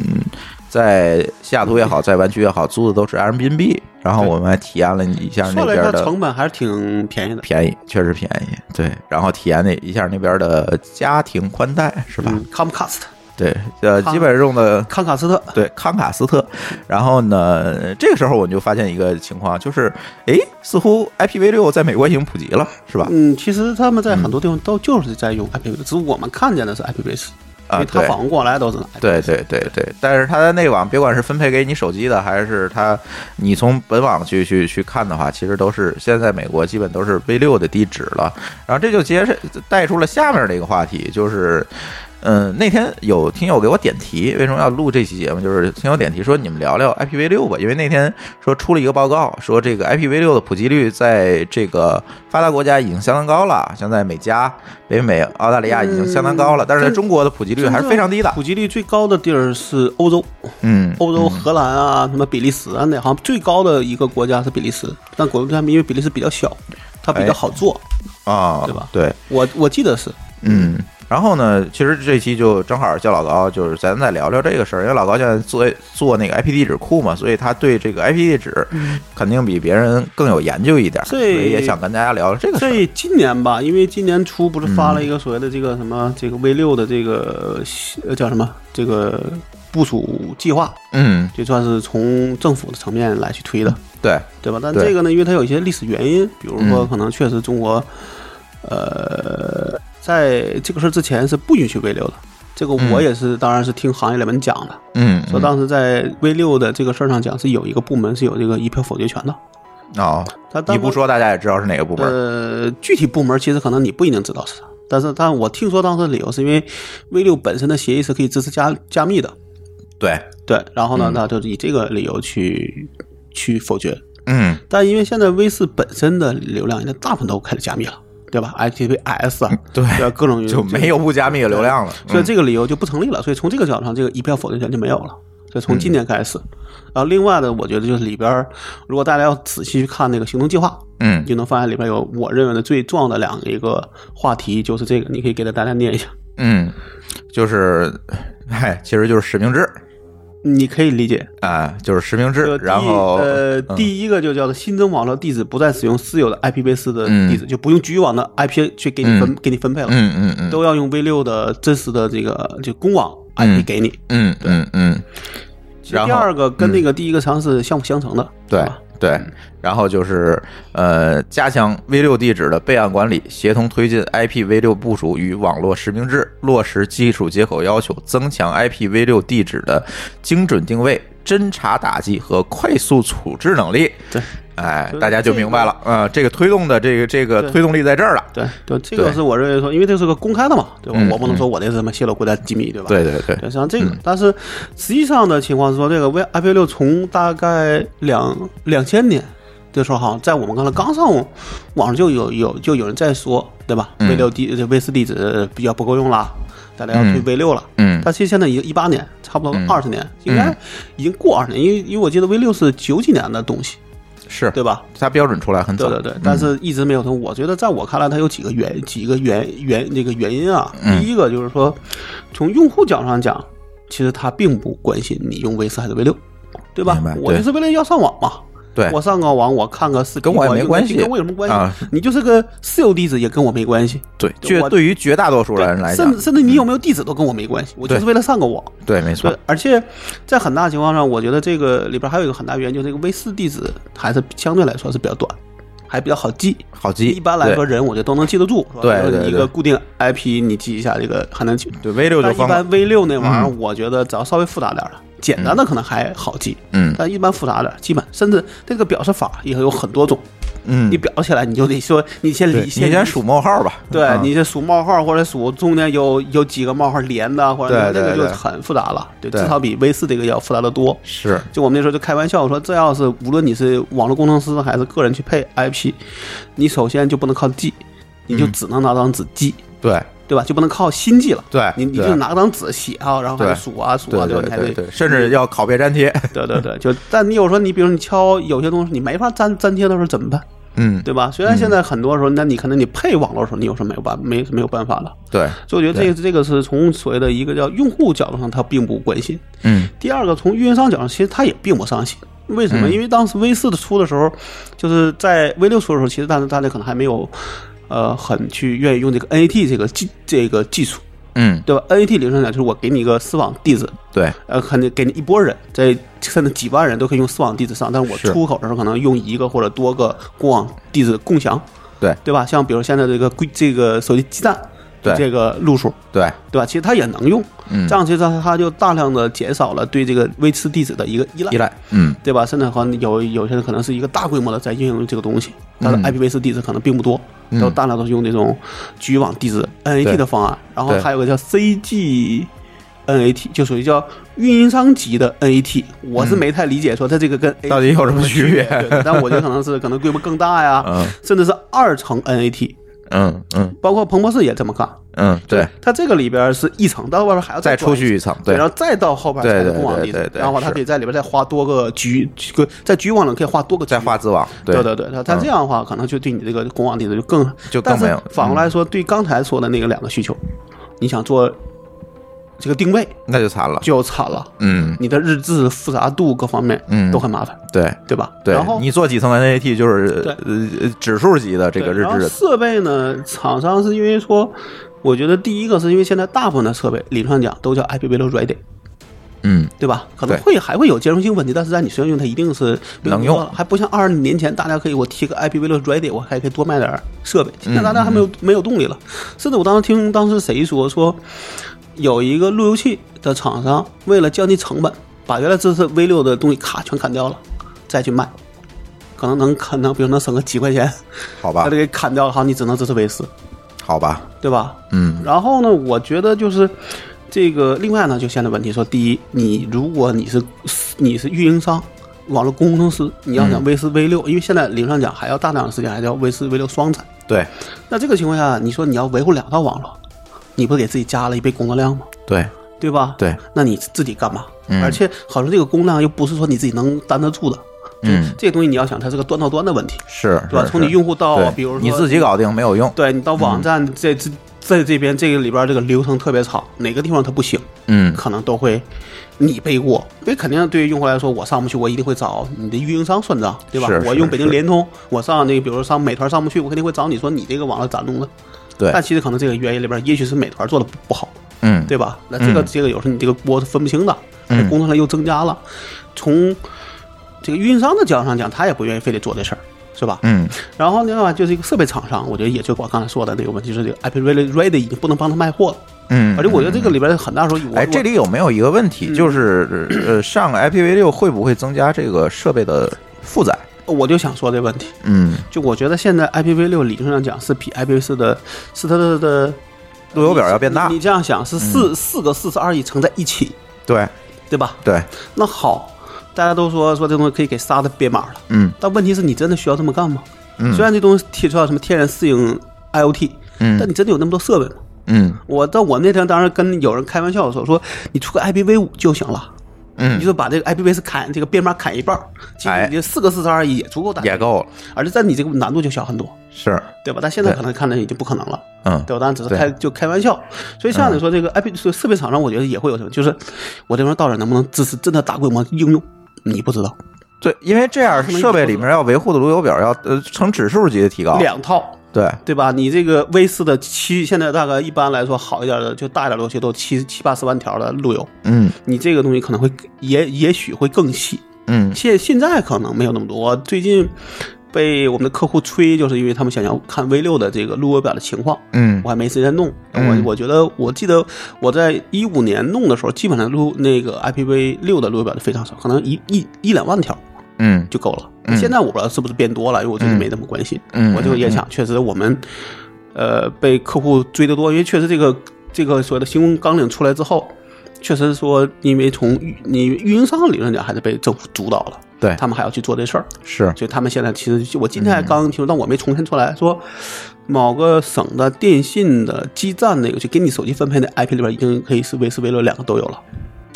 在西雅图也好，在湾区也好，租的都是 Airbnb，然后我们还体验了一下那
算来
边
它
的
成本还是挺便宜的，
便宜，确实便宜，对，然后体验了一下那边的家庭宽带，是吧？
嗯，Comcast
对，呃，
康
基本上用的
康卡斯特，
对康卡斯特。然后呢，这个时候我就发现一个情况，就是诶，似乎 IPv 六在美国已经普及了，是吧？嗯
嗯，其实他们在很多地方都就是在用 IPv，只是我们看见的是 IPv 四，因
啊，
为他
对。
访问过来都是拿 IPv4
对对对对，但是它的内网，别管是分配给你手机的，还是它你从本网去去去看的话，其实都是现在美国基本都是 V 六的地址了。然后这就接着带出了下面的一个话题，就是。嗯，那天有听友给我点题，为什么要录这期节目？就是听友点题说你们聊聊 IPv 六吧，因为那天说出了一个报告，说这个 IPv 六的普及率在这个发达国家已经相当高了，像在美加、北美、澳大利亚已经相当高了，但是在中国的普及率还是非常低的。
普及率最高的地儿是欧洲，
嗯，
欧洲荷兰啊，什么比利时啊，那好像最高的一个国家是比利时，但国家因为比利时比较小，它比较好做，
啊，
对吧
对，
我我记得是，
嗯，然后呢，其实这期就正好叫老高，就是咱再聊聊这个事儿，因为老高现在做做那个 IP 地址库嘛，所以他对这个 IP 地址
嗯
肯定比别人更有研究一点，
这
所以也想跟大家聊聊这个事儿。
这今年吧，因为今年初不是发了一个所谓的这个什么这个 V 六的这个呃叫什么这个部署计划，
嗯，
这算是从政府的层面来去推的，
对，
对吧？但
对
这个呢，因为它有一些历史原因，比如说
嗯
可能确实中国，呃，在这个事儿之前是不允许 V 六的。这个我
嗯
也是，当然是听行业里面讲的，
嗯，
说当时在 V 六的这个事儿上讲是有一个部门是有这个一票否决权的。
嗯哦，
他当
你不
时
说大家也知道是哪个部门，
呃，具体部门其实可能你不一定知道是啥，但是但我听说当时的理由是因为 V 六本身的协议是可以支持加加密的，
对，
对，然后呢
嗯，
他就以这个理由去去否决。
嗯，
但因为现在 V 四本身的流量，现在大部分都开始加密了，对吧？HTTPS 啊，
嗯对
啊，各种
就没有不加密的流量了，
所以
嗯
这个理由就不成立了。所以从这个角度上，这个一票否决权就没有了。所以从今年开始，
嗯
然后另外的，我觉得就是里边儿，如果大家要仔细去看那个行动计划，
嗯
你就能发现里边有我认为的最重要的两个一个话题，就是这个，你可以给大家念一下，
嗯，就是，哎，其实就是实名制
你可以理解。
啊，就是实名制
就，第一
然后
呃，
嗯
第一个就叫做新增网络地址不再使用私有的 IP 贝斯的地址，就不用局域网的 IP 去给你分、给你分配了，
嗯嗯嗯，
都要用 V 六的真实的这个就公网
嗯
IP 给你。
嗯嗯嗯，
其实
然后嗯
第二个跟那个第一个尝试相辅相成的，
对
吧嗯
对，然后就是呃，加强 V 六地址的备案管理，协同推进 IPv 六部署与网络实名制，落实基础接口要求，增强 IPv 六地址的精准定位、侦查打击和快速处置能力。
对，
哎
所，以
大家就
这个
明白了啊、这个推动的这个这个
对
推动力在这儿了。
对对，这个
对
是我认为说，因为这是个公开的嘛，对吧？
嗯
我不
嗯
能说我这是什么泄露国家机密，对吧？
对嗯对对，
对，像这个，但是实际上的情况是说，这个 V IP 六从大概两两千年的时候，好像在我们刚才刚上网上就有有就有人在说，对吧
嗯
？V 六地 V 四地址比较不够用了，大家要推
嗯
V 六了。
嗯
但其实现在已经一八年，差不多
嗯
二十年，应该已经过二十年，因为因为我记得 V 六是九几年的东西，
是
对吧？
它标准出来很
对
早，嗯
对对，但是一直没有通。我觉得在我看来，它有几个原几个原原那个原因啊。
嗯
第一个就是说，从用户角度上讲，其实他并不关心你用 V 四还是 V 六，对吧
明白？
我就是为了要上网嘛。
对
我上个网，我看个视频，
跟我也没
用个
关系
跟我有什么关系？
啊
你就是个私有地址，也跟我没关系。
对，
对
绝
我
对于绝大多数人来讲
甚，至甚至你有没有地址都跟我没关系，我就
对
是为了上个网。
对，没
对
错，，
而且在很大情况上，我觉得这个里边还有一个很大原因，就是这个 V 四地址还是相对来说是比较短，还比较好记。
好记。
一般来说，
对，
人我觉得都能记得住，是吧
对
比如说
对
你一
对
个固定 IP，你记一下这个还能记。
对 V 六就
但一
疯了
般。V 六那玩意儿，
嗯
我觉得只要稍微复杂点儿的，简单的可能还好记，
嗯
但一般复杂点儿，基本甚至这个表示法也有很多种，
嗯，
你表起来你就得说，你先
对
理，
你
理
先数冒号吧。
对
嗯，
你这数冒号或者数中间有有几个冒号连的，或者
对
那个
对
就
对
很复杂了，对，
对
至少比 V 四这个要复杂的多。
是
就我们那时候就开玩笑说，这要是无论你是网络工程师还是个人去配 IP，你首先就不能靠记，你
嗯
就只能拿张纸记，
对
对吧？就不能靠心记了。
对
你你
对
就拿张纸写啊，然后还
对
数啊数啊，
对
对吧？你还
对
得
对，甚至要拷贝粘 贴。
对对对，就但你有时候你比如你敲有些东西你没法粘粘贴的时候怎么办，
嗯，
对吧？虽然现在很多时候，那你可能你配网络的时候，你有时候没有办没没有办法了。
对，
所以我觉得这个这个是从所谓的一个叫用户角度上，他并不关心；
嗯
第二个从运营商角度上，其实他也并不上心。为什么？
嗯
因为当时 V 四的出的时候，就是在 V 六出的时候，其实大家大家可能还没有，呃，很去愿意用这个 NAT 这个技这个技术，
嗯，
对吧？NAT 理论上讲就是我给你一个私网地址，
对
呃，可能给你一波人，在甚至几万人都可以用私网地址上，但是我
是
出口的时候可能用一个或者多个公网地址共享，
对
对吧？像比如现在这个规这个手机基站，
对
这个路数，
对，
对吧？其实它也能用，
嗯
这样其实它它就大量的减少了对这个维持地址的一个依赖，
依赖。嗯
对吧？甚至可能有有些人可能是一个大规模的在应用这个东西，它的
嗯
IPv 四地址可能并不多，
嗯
然后大量都是用这种局域网地址 NAT
对
的方案，然后
对
还有个叫 CG。NAT 就属于叫运营商级的 NAT，我是没太理解说它这个跟
嗯
AT
到底有什么区别
对对但我觉得可能是可能规模更大呀，
嗯
甚至是二层 NAT，
嗯嗯
包括彭博士也这么干，
嗯，对，，
它这个里边是一层，到外边还要
再
转
出
一层
去一层，
然后再到后边才是
对对
公网地
对
址
对，对
然后它
是
可以在里边再花多个局，局个在局域网里可以画多个局
再画。字网。
对
对嗯
对，它它这样的话，可能就对你这个公网地址就更
就更
但是
没有
反过来说，对刚才说的那个两个需求，你想做这个定位
那就惨了。
就惨了，
嗯，
你的日志复杂度各方面
嗯
都很麻烦，
对
对吧？
对
然，后
你做几层 NAT 就是
对
呃指数级的这个
对
日
然后
志，
设备呢，厂商是因为说，我觉得第一个是因为现在大部分的设备理论上讲都叫 IPv6 ready，
嗯，
对吧？可能
对
会还会有兼容性问题，但是在你身上用它一定是
能用
还不像二十年前大家可以我贴个 IPv6 ready，我还可以多卖点儿设备。现在大家还没
嗯
有、没有动力了，甚至我当时听当时谁说说，有一个路由器的厂商为了降低成本，把原来支持 V 6的东西咔全砍掉了，再去卖。可能能可能，比如能省个几块钱，
好吧
他就，给砍掉了，好，你只能支持 V 四，
好吧，
对吧？
嗯
然后呢，我觉得就是这个，另外呢，就现在问题说，第一，你如果你是你是运营商。网络工程师，你要想 V 四 V 六，因为现在理论上讲还要大量的时间还叫 V 四 V 六双产。
对
那这个情况下，你说你要维护两套网络，你不给自己加了一倍工作量吗？
对
对吧？
对，
那你自己干嘛？
嗯
而且好像这个工量又不是说你自己能担得住的，
嗯
这个东西你要想它是个端到端的问题，
是，
对吧？
是
从你
是
用户到
对
比如说
你自己搞定没有用，
对你到网站这这在这边这个里边这个流程特别长，哪个地方它不行，
嗯
可能都会你背锅，因为肯定对于用户来说，我上不去，我一定会找你的运营商算账，对吧
是？
我
是
用北京
是
联通，我上那个比如说上美团上不去，我肯定会找你说你这个网络咋弄的？
对
但其实可能这个原因里边，也许是美团做的不好，
嗯
对吧？那这个、
嗯
这个有时候你这个锅是分不清的，
嗯
那工作量又增加了，从这个运营商的角度上讲，他也不愿意非得做这事儿，是吧？
嗯
然后另外就是一个设备厂商，我觉得也就我刚才说的那个问题，就是这个 IP Ready Ready 已经不能帮他卖货了。
嗯，
而且我觉得这个里边很大时候，我嗯
哎，这里有没有一个问题，就是呃，上 IPv 六会不会增加这个设备的负载？
我我就想说这问题，
嗯，
就我觉得现在 IPv 六理论上讲是比 IPv 四的是它的的
路由表要变大嗯
你，你这样想是四四个四十二亿乘在一起，
对
对吧？
对，
那好，大家都说说这东西可以给沙子编码了，
嗯
但问题是你真的需要这么干吗？
嗯
虽然这东西提出来什么天然适应 IoT，
嗯
但你真的有那么多设备吗？
嗯
我到我那天当时跟有人开玩笑的时候说，你出个 IPv 五就行了，你
嗯，
就把这个 IPv 是砍这个编码砍一半儿，其实
哎
你这四个四十二也足够打，
也够了，
而且但你这个难度就小很多，
是，
对吧？但现在
对
可能看来已经不可能了。
嗯
对吧？当然只是
对嗯
开就开玩笑，所以像你说这个 IP 就设备厂商，我觉得也会有什么，就是我这边到底能不能支持真的大规模应用，你不知道。
对，因为这样设备里面要维护的路由表要呃呈指数级的提高，
两套，
对，
对吧？你这个 V 四的七，现在大概一般来说好一点的，就大一点的路由器都七七八十万条的路由，
嗯
你这个东西可能会也也许会更细，
嗯
现现在可能没有那么多。我最近被我们的客户催，就是因为他们想要看 V 六的这个路由表的情况，
嗯
我还没时间弄。
嗯
我我觉得，我记得我在一五年弄的时候，基本上路那个 IPv 六的路由表就非常少，可能一一一两万条
嗯
就够了。
嗯
现在我不知道是不是变多了，因为我最近
嗯
没那么关心。
嗯
我就也想，确实我们呃被客户追得多，因为确实这个这个所谓的新闻纲领出来之后。确实说，因为从运你运营商理论讲还是被政府主导了，
对
他们还要去做这事儿，
是，
所以他们现在其实就我今天还
嗯
刚刚听说，但我没重新出来说，某个省的电信的基站的游戏，给你手机分配的 IP 里边已经可以是 V 四 V 六两个都有了，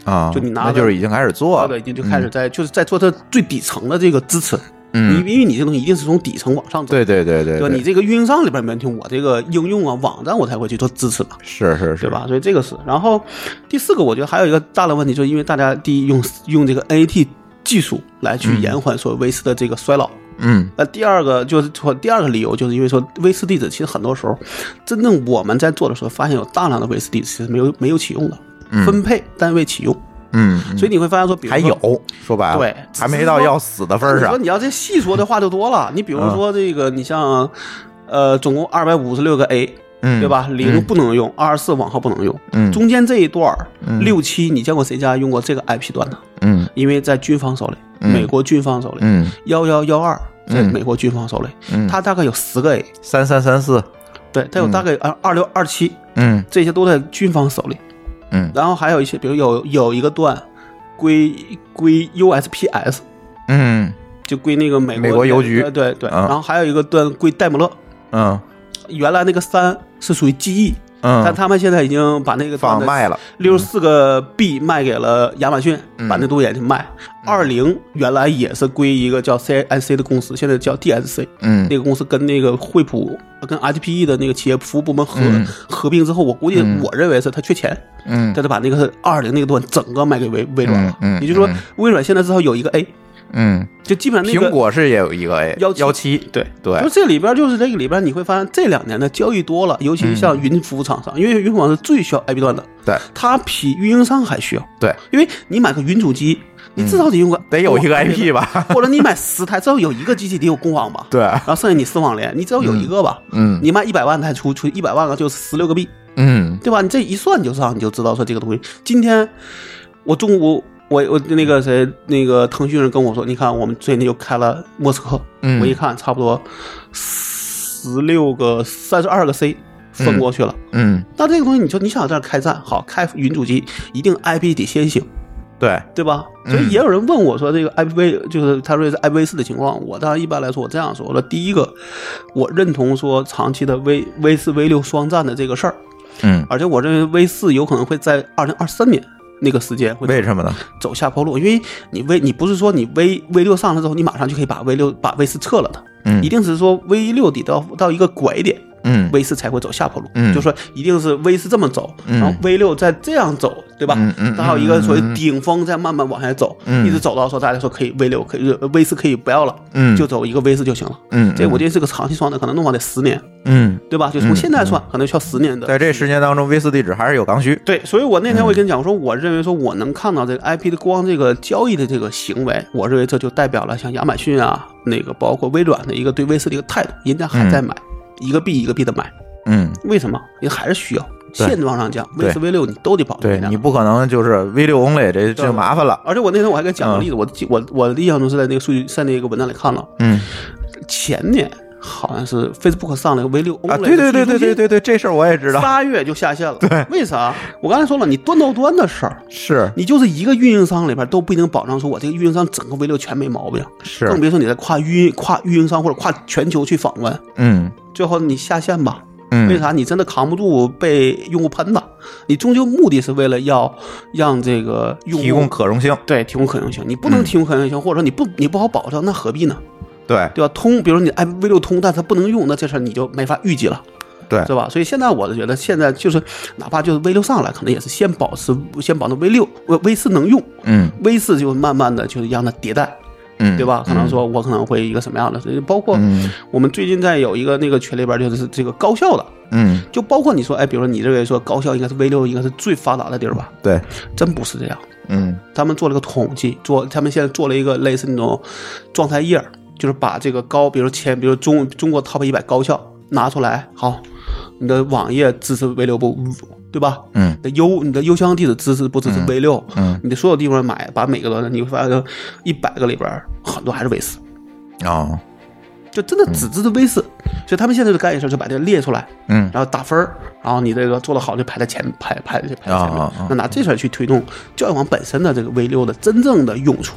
啊，
就你拿
那
着
就是已经开始做
这
了，
个已经就开始在就是在做它最底层的这个支持，
嗯，
因因为你这东西一定是从底层往上走，
对对对对
对吧？你这个运营商里边没问题，我这个应用啊网站我才会去做支持嘛，
是是是
对？吧？所以这个是。然后第四个，我觉得还有一个大的问题，就是因为大家第一用用这个 NAT 技术来去延缓所谓 V 四的这个衰老。
嗯
那第二个就是说，第二个理由就是因为说 V 四地址其实很多时候，真正我们在做的时候，发现有大量的 V 四地址其实没有没有启用的，分配单位启用，
嗯，嗯
所以你会发现说，比如
还
说
有说白了，
对
还没到要死的份儿
你说
上，
你要这细说的话就多了，你比
嗯
如说这个，你像呃，总共二百五十六个 A。
嗯
对吧？零
嗯
不能用，二十四往后不能用。
嗯
中间这一段儿
嗯
六七，你见过谁家用过这个 IP 端的？
嗯
因为在军方手里，
嗯
美国军方手里，
嗯
幺幺幺二在
嗯
美国军方手里，
嗯，
它大概有十个 A，
三三三四，
对，它有大概二二六二七
嗯
这些都在军方手里，
嗯
然后还有一些，比如有有一个段归归 USPS，
嗯
就归那个美国
美国邮局
对对对，
嗯
然后还有一个段归戴姆勒，
嗯
原来那个三是属于记忆，
嗯
但他们现在已经把那个
放卖了，
六十四个 B 卖给了亚马逊，
嗯
把那东西也去卖。二零原来也是归一个叫 CNC 的公司，现在叫 DSC，
嗯
那个公司跟那个惠普、跟 HPE E 的那个企业服务部门合
嗯
合并之后，我估计
嗯
我认为是他缺钱，
嗯
他就把那个二零那个段整个卖给微微软了。
嗯嗯
也就是说
嗯，
微软现在至少有一个 A，
嗯，
就基本上那个
苹果是也有一个 A
幺
幺七，
对
对
就这里边就是这个里边，你会发现这两年的交易多了，尤
嗯
其是像云服务厂商，因为云服务厂商是最需要 IP 端的，
对
它比运营商还需要，
对，
因为你买个云主机，你至少得用个、
嗯得有一个
网
IP 吧？
或者你买十台，至少有一个机器得有公网吧？
对
然后剩下你私网联，你只要有一个吧，
嗯嗯
你卖一百万台出出一百万个就是十六个币，
嗯
对吧？你这一算你就知道，你就知道说这个东西。今天我中午我我那个谁那个腾讯人跟我说，你看我们最近又开了莫斯科，
嗯
我一看差不多十六个三十二个 C 分过去了。
嗯，
那这个东西，你说你想在这儿开战，好开云主机，一定 IP 得先行，
对，
对吧？
嗯
所以也有人问我说，这个 IPv 就是他说是 IPv 四的情况，我当然一般来说我这样说，我说第一个，我认同说长期的 V V 四 V 六双战的这个事儿，
嗯，
而且我认为 V 四有可能会在二零二三年那个时间会
为什么呢？
走下坡路，因为你 V 你不是说你 V V 六上了之后，你马上就可以把 V 六把 V 四撤了的，
嗯
一定是说 V 六得到到一个拐点。
嗯
V 四才会走下坡路，
嗯
就说一定是 V 四这么走，
嗯
然后 V 六再这样走，对吧？
嗯嗯嗯
它还有一个所谓顶峰，再慢慢往下走，
嗯
一直走到说大家说可以 V 六可以呃 V 四可以不要了，
嗯
就走一个 V 四就行了。
嗯，
这我觉得是个长期双的，可能弄完得十年，
嗯，
对吧？就从现在算，可能需要十年的
在这十年当中，V 四地址还是有刚需。
对，所以我那天我也跟你讲，我说我认为说我能看到这
嗯
个 IP 的光这个交易的这个行为，我认为这就代表了像亚马逊啊，那个包括微软的一个对 V 四的一个态度，人家还在买，一个币一个币的买，
嗯，
为什么？人还是需要。
对
现状上讲
对
，V 四 V 六你都得保证
对
量
你不可能就是 V 六 only，这这就麻烦了。
而且我那天我还给讲个例子，我记我我的印象中是在那个数据在那个文章里看了，
嗯
前年好像是 Facebook 上了个 V 六 E
啊，对对对对对对对，这事儿我也知道。
仨月就下线了。对，为啥？我刚才说了，你端到端的事儿，
是
你就是一个运营商里边都不一定保障说我这个运营商整个 V 六全没毛病，
是，
更别说你在跨运跨运营商或者跨全球去访问，
嗯
最后你下线吧。
嗯，
为啥你真的扛不住被用户喷的？你终究目的是为了要让这个用户
提供可嗯容性？
对提供可用性，你不能提供可用性，或者说你不你不好保证，那何必呢？
对
对吧？通，比如你 IPv 六通，但它不能用，那这事儿你就没法预计了。
对
是吧？所以现在我就觉得，现在就是哪怕就是 V 六上来，可能也是先保持先保证 V 六 V V 四能用
嗯
，V 四就慢慢的就是让它迭代，
嗯，
对吧？可能
嗯
说我可能会一个什么样的，包括
嗯
我们最近在有一个那个群里边，就是这个高校的，
嗯，
就包括你说，哎，比如说你认为说高校应该是 V 六应该是最发达的地儿吧？
对，
真不是这样，
嗯
他们做了个统计，做他们现在做了一个类似那种状态页儿，就是把这个高，比如前，比如中中国 top 一百高校拿出来，好，你的网页支持 V 六不，对吧？
嗯
你的邮你的邮箱地址支持不支持
嗯
V 六、
嗯，
你的所有地方买，把每个都，你会发现一百个里边儿很多还是 V 四，
哦，
就真的只支持 V 四、所以他们现在的干一事儿就把这列出来，
嗯
然后打分儿，然后你这个做的好就排在前排排排在前面，
啊啊啊
那拿这事儿去推动教育网本身的这个 V 六的真正的用处，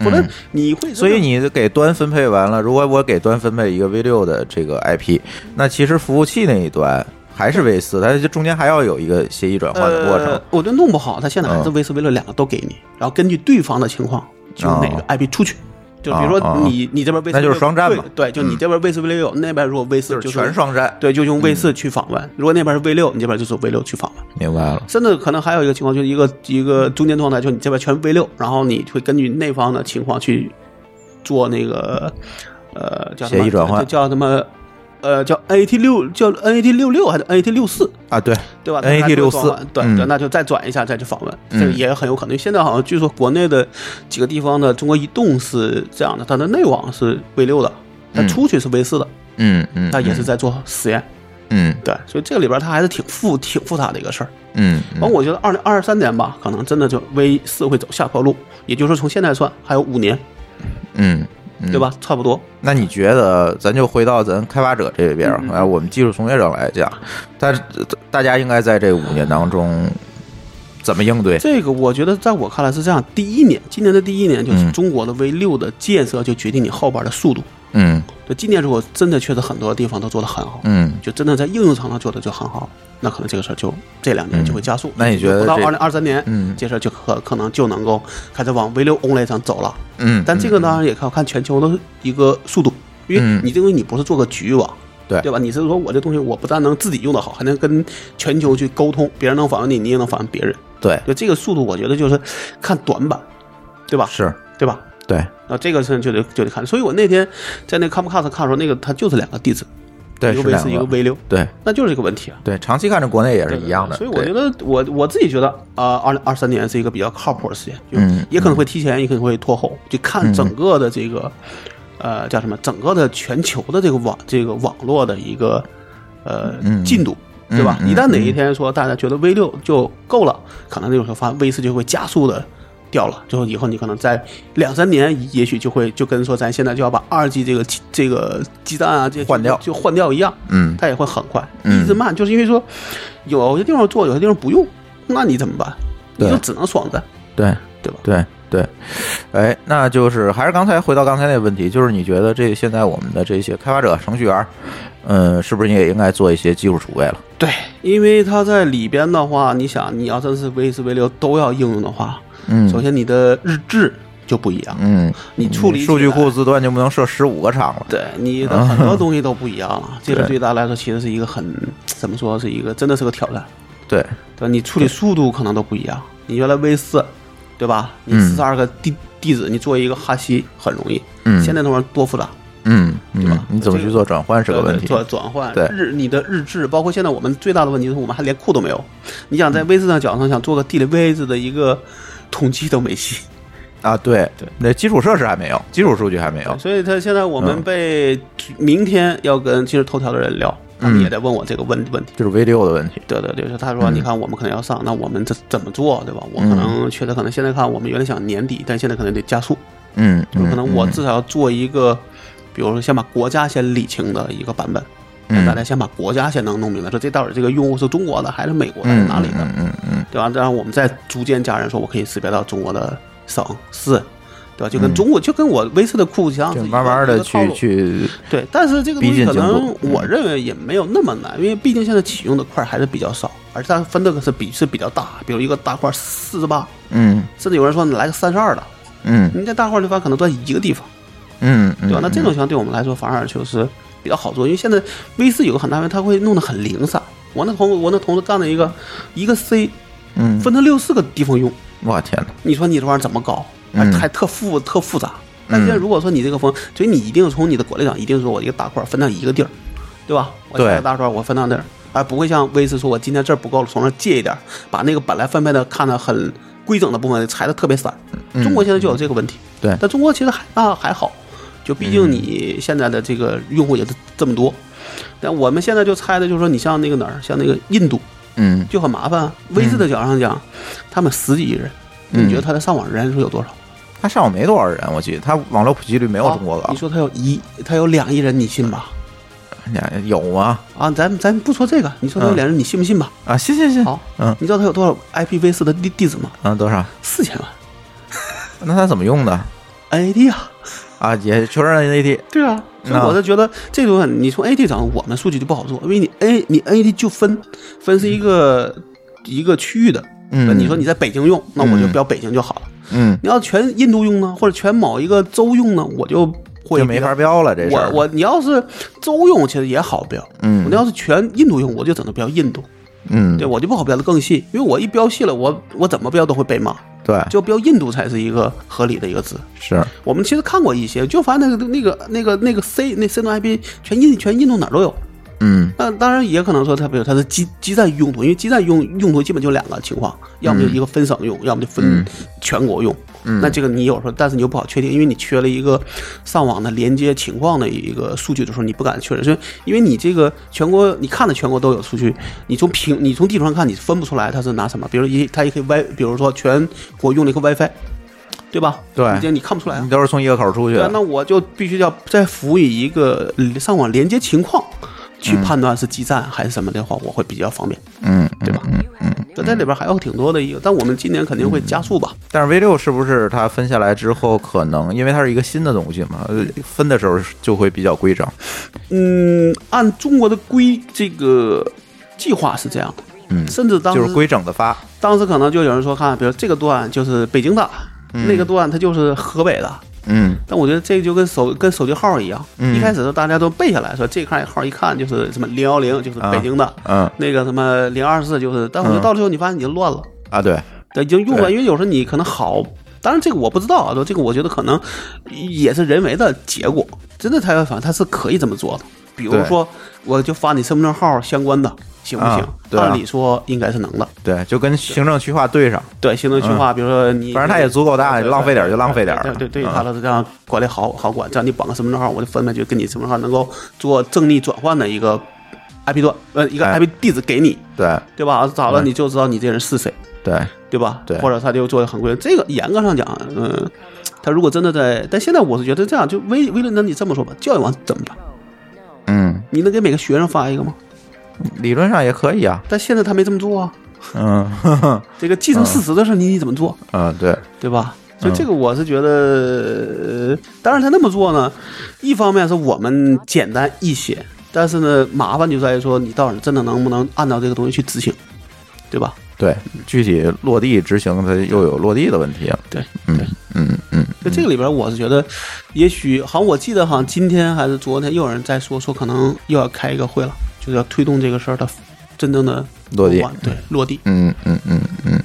否则你会真
嗯
的、
所以你给端分配完了，如果我给端分配一个 V 六的这个 IP，那其实服务器那一端还是 V 四，它就中间还要有一个协议转换的过程嗯
呃。，我觉得弄不好，他现在还是 V 四 V 六两个都给你，然后根据对方的情况，就哪个
哦
IP 出去。就比如
哦
说
哦
你你这边 V 四
那就是双战嘛嗯
对，就你这边 V 四 V 六，那边如果 V 四
就是全双嗯战，
对，就用 V 四去访问；如果那边是 V 六，你这边就是 V 六去访问。
明白了。
甚至可能还有一个情况，就是一个一个中间状态，就你这边全 V 六，然后你会根据那方的情况去做那个呃叫什么
协议转换
就叫什么呃叫 NAT 六叫 NAT 六六还是 NAT 六四
啊，对，
对吧
NAT
它做转换
64
对
嗯
对，那就再转一下再去访问，
嗯
这个也很有可能。现在好像据说国内的几个地方的中国移动是这样的，它的内网是 V 六的，它
嗯
出去是 V 四的，
嗯嗯，
它也是在做实验。
嗯
对，所以这个里边它还是挺复挺复杂的一个事儿。
嗯
完，我觉得二零二三年吧，可能真的就 V 四会走下坡路，也就是说从现在算还有五年，
嗯，
对吧？差不多。
那你觉得，咱就回到咱开发者这边儿，
嗯
哎、我们技术从业者来讲，但是大家应该在这五年当中怎么应对？
这个我觉得在我看来是这样：第一年，今年的第一年就是
嗯
中国的 V 六的建设就决定你后边的速度。
嗯
就今年如果真的确实很多地方都做得很好，
嗯，
就真的在应用场上做的就很好，那可能这个事儿就这两年就会加速。
嗯那你觉得
不到
这
二零二三年，
嗯
这事儿就可可能就能够开始往 V 六 Only 上走了。
嗯，
但这个
嗯，
当然也要看全球的一个速度，因
嗯
为你这个你不是做个局域网。
对
对吧？你是说我这东西我不但能自己用得好，还能跟全球去沟通，别人能反映你，你也能反映别人。
对，
就这个速度，我觉得就是看短板，对吧？
是，
对吧？
对，
那这个事情就得就得看。所以我那天在那 Comcast 看的时候，那个它就是两个地址，
对，
一个
是
V
两
四一个 V 六，
对
那就是这个问题啊。
对，长期看着国内也是一样的，
所以我觉
对
得我我自己觉得啊，二零二三年是一个比较靠谱的时间，就
嗯
也可能会提前，也可能会拖后，就看整个的这个呃叫什么，整个的全球的这个网这个网络的一个呃
嗯
进度。
嗯
对吧？
嗯
一旦哪一天说大家觉得 V 六就够了，可能那个时候发 V 四就会加速的掉了。就以后你可能在两三年，也许就会就跟说咱现在就要把二 G 这个鸡这个鸡蛋啊这些
换掉
就换掉一样。
嗯
它也会很快，
嗯
一直慢，就是因为说有些地方做，有些地方不用，那你怎么办？
对
你就只能爽着，
对
对吧？
对对，哎，那就是还是刚才回到刚才那问题，就是你觉得这现在我们的这些开发者、程序员，嗯，是不是也应该做一些技术储备了？
对，因为它在里边的话，你想，你要真是 V 四 V 六都要应用的话，
嗯，
首先你的日志就不一样，
嗯，
你处理起来
数据库字段就不能设十五个场了。
对你的很多东西都不一样 了。这个
啊对
对大家来说其实是一个很怎么说，是一个真的是个挑战。
对，
对，你处理速度可能都不一样。你原来 V 四，对吧？你
嗯
四十二个地地址，你做一个哈希很容易，
嗯
现在那玩意儿多复杂。
嗯，对
吧
你怎么去做转换是个问题。
对对做转换，
对
日你的日志，包括现在我们最大的问题是我们还连库都没有。你想在 V 字上角上想做个地理位置的一个统计都没戏，
啊，对对，那基础设施还没有，基础数据还没有。
所以他现在我们
哦嗯
被明天要跟今日头条的人聊，他们
嗯
也在问我这个问问题。
这是 V 六的问题。
对对对，就是他说，你看我们可能要上，那我们这怎么做，对吧？我可能确实可能现在看，我们原来想年底，但现在可能得加速，
嗯，
就是可能我
嗯
至少要做一个，比如说先把国家先理清的一个版本，
嗯
让大家先把国家先能弄明白，说这到底这个用户是中国的还是美国的，还是
嗯
哪里的，
嗯嗯
对吧？然后我们再逐渐加人说，我可以识别到中国的省市，对吧？就跟中国，就跟我微视的库相
嗯，就
是一个
慢慢的
一个套
去
路
去，
对，但是这个东
逼进
西可
进
能
步嗯
我认为也没有那么难，因为毕竟现在启用的块还是比较少，而且它分的是比是比较大，比如一个大块四十八，
嗯
甚至有人说你来个三十二的，
嗯
你这大块地方可能在一个地方。
嗯，对
对吧？啊那这种情况对我们来说反而就是比较好做，因为现在 V 四有个很大问题，它会弄得很零散。我那同我那同事干了一个一个 C
嗯，
分成六四个地方用，
我天呐，
你说你这玩意儿怎么搞？
嗯
还还特复特复杂。但现在如果说你这个风，所以你一定从你的管理上一定说我一个大块儿分到一个地儿，对吧？我
对
下个大块儿我分到那儿，而不会像 V 四说我今天这儿不够了，从那儿借一点儿，把那个本来分配的看得很规整的部分裁得特别散。中国现在就有这个问题。
嗯对嗯
但中国其实还那还好，就毕竟你现在的这个用户也是这么多。但我们现在就猜的就是说，你像那个哪儿，像那个印度
嗯
就很麻烦啊。V 字的角上讲，他们十几亿人，
嗯
你觉得他的上网人数有多少？
他上午没多少人，我记得他网络普及率没有中国
啊
高
你，说他有一，他有两亿人，你信吧？
你哎有吗？
啊，咱咱不说这个，你说他
嗯
有两亿人，你信不信吧？
啊，信信信，
好
嗯
你知道他有多少 IPv 四的地地址吗？
嗯，多少？
四千万
那他怎么用的
AD 啊，
啊？也全是 AT，
对啊，
嗯
所以我是觉得这种你从 AD 上，我们数据就不好做，因为你 A 你 AD 就分分是一个、一个区域的。
嗯
你说你在北京用，那我就
嗯
标北京就好了。
嗯，
你要全印度用呢，或者全某一个州用呢，我就会
就没
比较
法标了这事
我
儿。
我你要是州用，其实也好标。
嗯
我要是全印度用，我就只能标印度。
嗯，
对，我就不好标的更细，因为我一标细了，我我怎么标都会被骂。
对，
就标印度才是一个合理的一个字。
是
我们其实看过一些，就发现那个那个那个那个 C 那 C 端 IP 全印全印度哪儿都有。
嗯
那当然也可能说它，比如它是基基站用途，因为基站用用途基本就两个情况，要么就一个分省用，要么就分
嗯
全国用。那这个你有时候，但是你又不好确定，因为你缺了一个上网的连接情况的一个数据的时候，你不敢确认，所以因为你这个全国你看的全国都有数据，你从屏你从地图上看你分不出来它是拿什么，比如一它也可以 Y，比如说全国用了一个 WiFi，对吧？
对
你这你看不出来啊
你。都是从一个口出去
对啊，
的
那。我就必须要再辅以一个上网连接情况去判断是基站还是什么的话，我会比较方便，
嗯，
对吧？
嗯嗯，
这在里边还有挺多的一个，但我们今年肯定
嗯
会加速吧。
但是 V 六是不是它分下来之后，可能因为它是一个新的东西嘛，呃分的时候就会比较规整。
嗯，按中国的规这个计划是这样的，
嗯，
甚至当时
就是规整的发。
当时可能就有人说，看，比如这个段就是北京的，那个段它就是河北的。
嗯
但我觉得这就跟手跟手机号一样，
嗯
一开始大家都背下来说这块号一看就是什么零幺零就是北京的，
嗯
那个什么零二四就是，但我觉
嗯
得到了最后你发现已经乱了，
啊，对，
对，已经用完，
对
因为有时候你可能好。当然，这个我不知道啊，这个我觉得可能也是人为的结果，真的才会反，它是可以这么做的。比如
对
说，我就发你身份证号相关的，行不行？
啊对啊
按理说应该是能的。
对，就跟行政区划对上，
对，行政区划，比如说你，
嗯反正它也足够大，
对对
浪费点儿就浪费点儿。
对对对，
嗯
他都是这样管理好好管，这样你绑个身份证号，我就分别就跟你身份证号能够做正逆转换的一个 IP 段，呃，一个
哎
IP 地址给你，
对
对吧？找了
嗯
你就知道你这人是谁，
对，
对吧？
对
或者他就做的很规，这个严格上讲，嗯，他如果真的在，但现在我是觉得这样，就微微论，那你这么说吧，教育网怎么办？
嗯，
你能给每个学生发一个吗？
理论上也可以啊。
但现在他没这么做啊。
嗯呵 呵
这个既成事实的事，你你怎么做？
嗯，对，
对吧？所以
啊嗯
这个我是觉得，呃当然他那么做呢，一方面是我们简单一些，但是呢，麻烦就在于说你到底真的能不能按照这个东西去执行，对吧？
对，具体落地执行，它又有落地的问题了。
对，
嗯嗯嗯，
就这个里边，我是觉得，也许好像我记得好像今天还是昨天又有人在说，说可能又要开一个会了，就是要推动这个事儿的真正的
落地
完，对，落地。
嗯嗯嗯嗯，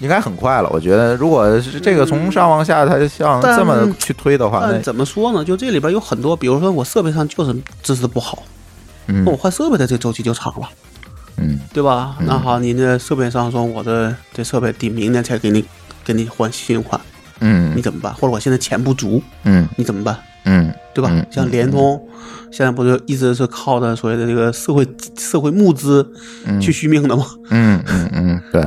应该很快了。我觉得，如果是这个从上往下，它像
但
这么去推的话，
但
那
怎么说呢？就这里边有很多，比如说我设备上就是支持不好，
嗯
那我换设备的这个周期就长了。
嗯
对吧？那好，你的设备上说我的这设备得明年才给你给你换新款，你
嗯
怎么办？或者我现在钱不足，
嗯
你怎么办？
嗯，
对吧？
嗯
像联通，现在不就一直是靠着所谓的这个社会社会募资去续命的吗？
嗯嗯嗯，对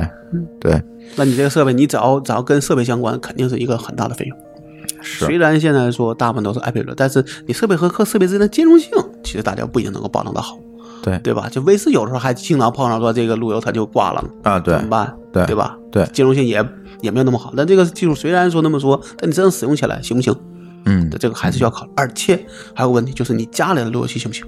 对
那你这个设备，你只要只要跟设备相关，肯定是一个很大的费用。虽
是，
然现在说大部分都是 IP 了，但是你设备和客设备之间的兼容性，其实大家不一定能够保证的好，
对
对吧？就卫视有时候还经常碰上说这个路由它就挂了呢，
啊对
怎么办？
对
对吧？
对
兼容性也也没有那么好。但这个技术虽然说那么说，但你真正使用起来行不行？
嗯
这个还是需要考虑。而且还有个问题就是你家里的路由器行不行？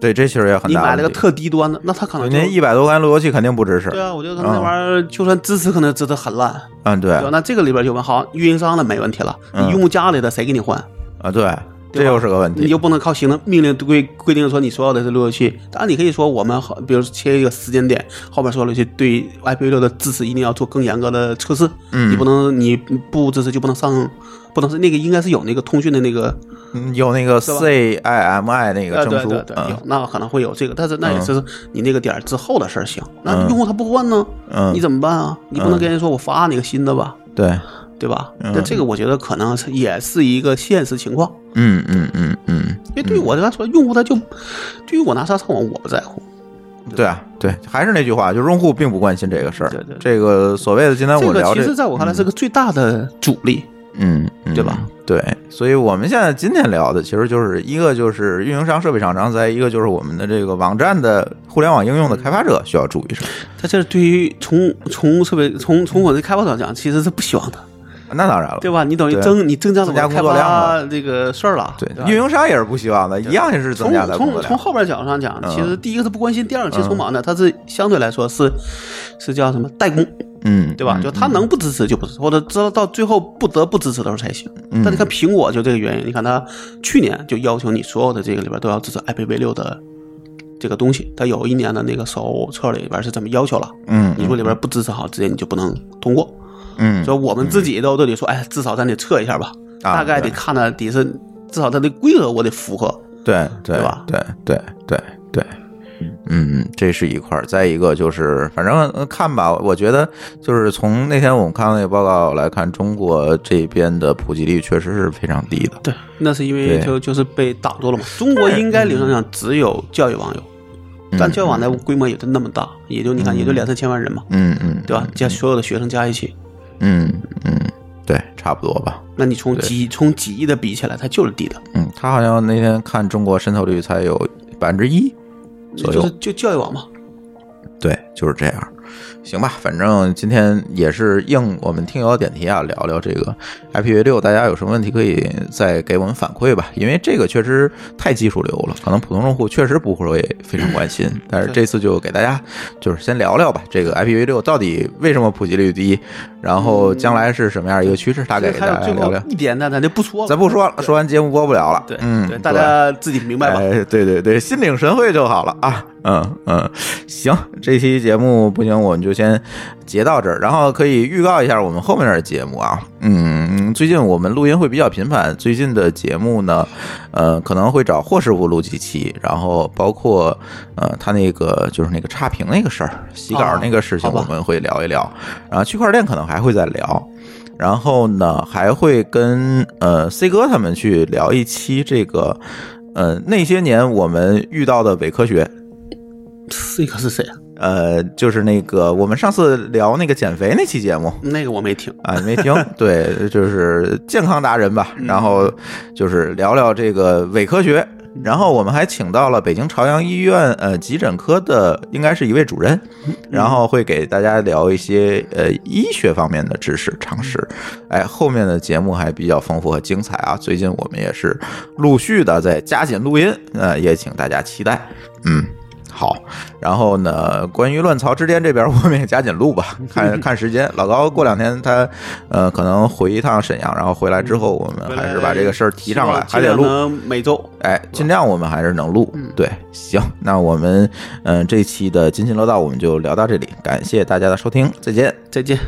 对，这其实也很
你
大
买
问
了
题。
个特低端的，那它可能就
人家一百多块钱路由器肯定不支持。
对啊，我觉得可能那玩意儿就算支持，可能支持很烂。
嗯，对
对吧？那这个里边就问，好，运营商的没问题了，
嗯
你用户家里的谁给你换？
啊，对，这
对吧
又是个问
你
题
就。不能靠行政命令规规定说你所有的这路由器。当然，你可以说我们好，比如切一个时间点，后面所有路由器对 IP 六的支持一定要做更严格的测试。
嗯
你不能你不支持就不能上，不能是那个应该是有那个通讯的那个
嗯有那个
是吧
CIMI 那个
呃，
证
对
书
对，对，有
嗯
那可能会有这个，但是那也是你那个点儿之后的事儿行。那
嗯
用户他不换呢，
嗯
你怎么办啊？你不能跟人说我发你个新的吧，
对，
对吧？
嗯
那这个我觉得可能是也是一个现实情况。
嗯嗯嗯嗯，
因为对于我来说，用户他就对于我拿啥上网我不在乎，
对啊，对，还是那句话，就用户并不关心这个事
对
儿
对。
这个所谓的今天
这
我嗯
个
聊
其
这
实，在我看来是个最大的阻力。
嗯，嗯
对吧？
对，所以我们现在今天聊的，其实就是一个就是运营商、设备厂商，再一个就是我们的这个网站的互联网应用的开发者需要注意什么。
他这对于从从设备从从我的开发者讲，其实是不希望的，
那当然了，
对吧？你等于
对
增你增加了我
增加
的
工
开
作量
发
了
这个事儿了，
对
吧
运营商也是不希望的，一样也是增
从
加的工作
从
量
从后边角上讲，
嗯
其实第一个是不关心，第二个其实
嗯
从忙的，它是相对来说是是叫什么代工，
嗯，
对吧？
嗯
就他能不支持就不支持，或者知道到最后不得不支持的时候才行。
嗯
但你看苹果就这个原因，你看它去年就要求你所有的这个里边都要支持 IPv 六的这个东西，它有一年的那个手册里边是这么要求了。
嗯，
你说里边不支持好，直接你就不能通过。
嗯，
所以我们自己都都得说，哎，至少咱得测一下吧，
啊
大概得
对
看的得是至少它的规则我得符合。
对对
对吧
对对对对，嗯，这是一块儿。再一个就是，反正呃看吧，我觉得就是从那天我们看到那个报告来看，中国这边的普及率确实是非常低的。
对，那是因为
对
就就是被挡住了嘛。中国应该理论上只有教育网友，
嗯
但教育网的规模也就那么大，也就你看也就两三千万人嘛，
嗯嗯，
对吧？加所有的学生加一起，
嗯嗯，对，差不多吧。
那你从
对
几从几亿的比起来，它就是低的，
嗯，他好像那天看中国渗透率才有百分之一左
就
右
是，就教育网嘛。
对，就是这样。行吧，反正今天也是应我们听友的点题啊，聊聊这个 IPv 六，大家有什么问题可以再给我们反馈吧，因为这个确实太技术流了，可能普通用户确实不会非常关 心，但是这次就给大家就是先聊聊吧，这个 IPv 六到底为什么普及率低，然后将来是什么样一个趋势，大概
这
给
还
大
有
家
最
聊
后
聊。
一点呢，咱就不说了，
咱不说了，说完节目播不了了。
对，
嗯，
对，大家自己明白吧。
哎，对对对，心领神会就好了啊。嗯嗯，行，这期节目不行，我们就先截到这儿，然后可以预告一下我们后面的节目啊。嗯，最近我们录音会比较频繁，最近的节目呢，呃，可能会找霍师傅录几期，然后包括呃他那个就是那个差评那个事儿，洗稿那个事情，
哦好
我
吧
们会聊一聊。然后区块链可能还会再聊。然后呢，还会跟呃 C 哥他们去聊一期这个，呃，那些年我们遇到的伪科学，
这个是谁啊？
呃，就是那个我们上次聊那个减肥那期节目，
那个我没听。
啊，你没听？对，就是健康达人吧。然后就是聊聊这个伪科学。然后我们还请到了北京朝阳医院呃急诊科的，应该是一位主任，然后会给大家聊一些呃医学方面的知识常识。哎，后面的节目还比较丰富和精彩啊！最近我们也是陆续的在加紧录音，呃，也请大家期待。嗯，好。然后呢，关于乱曹之巅这边， 我们也加紧录吧，看看时间。老高过两天他呃可能回一趟沈阳，然后回来之后，我们还是把这个事儿提上来，还得录。
能每周
哎，尽量我们还是能录。对，行，那我们嗯、呃这期的津津乐道我们就聊到这里，感谢大家的收听，再见。
再见。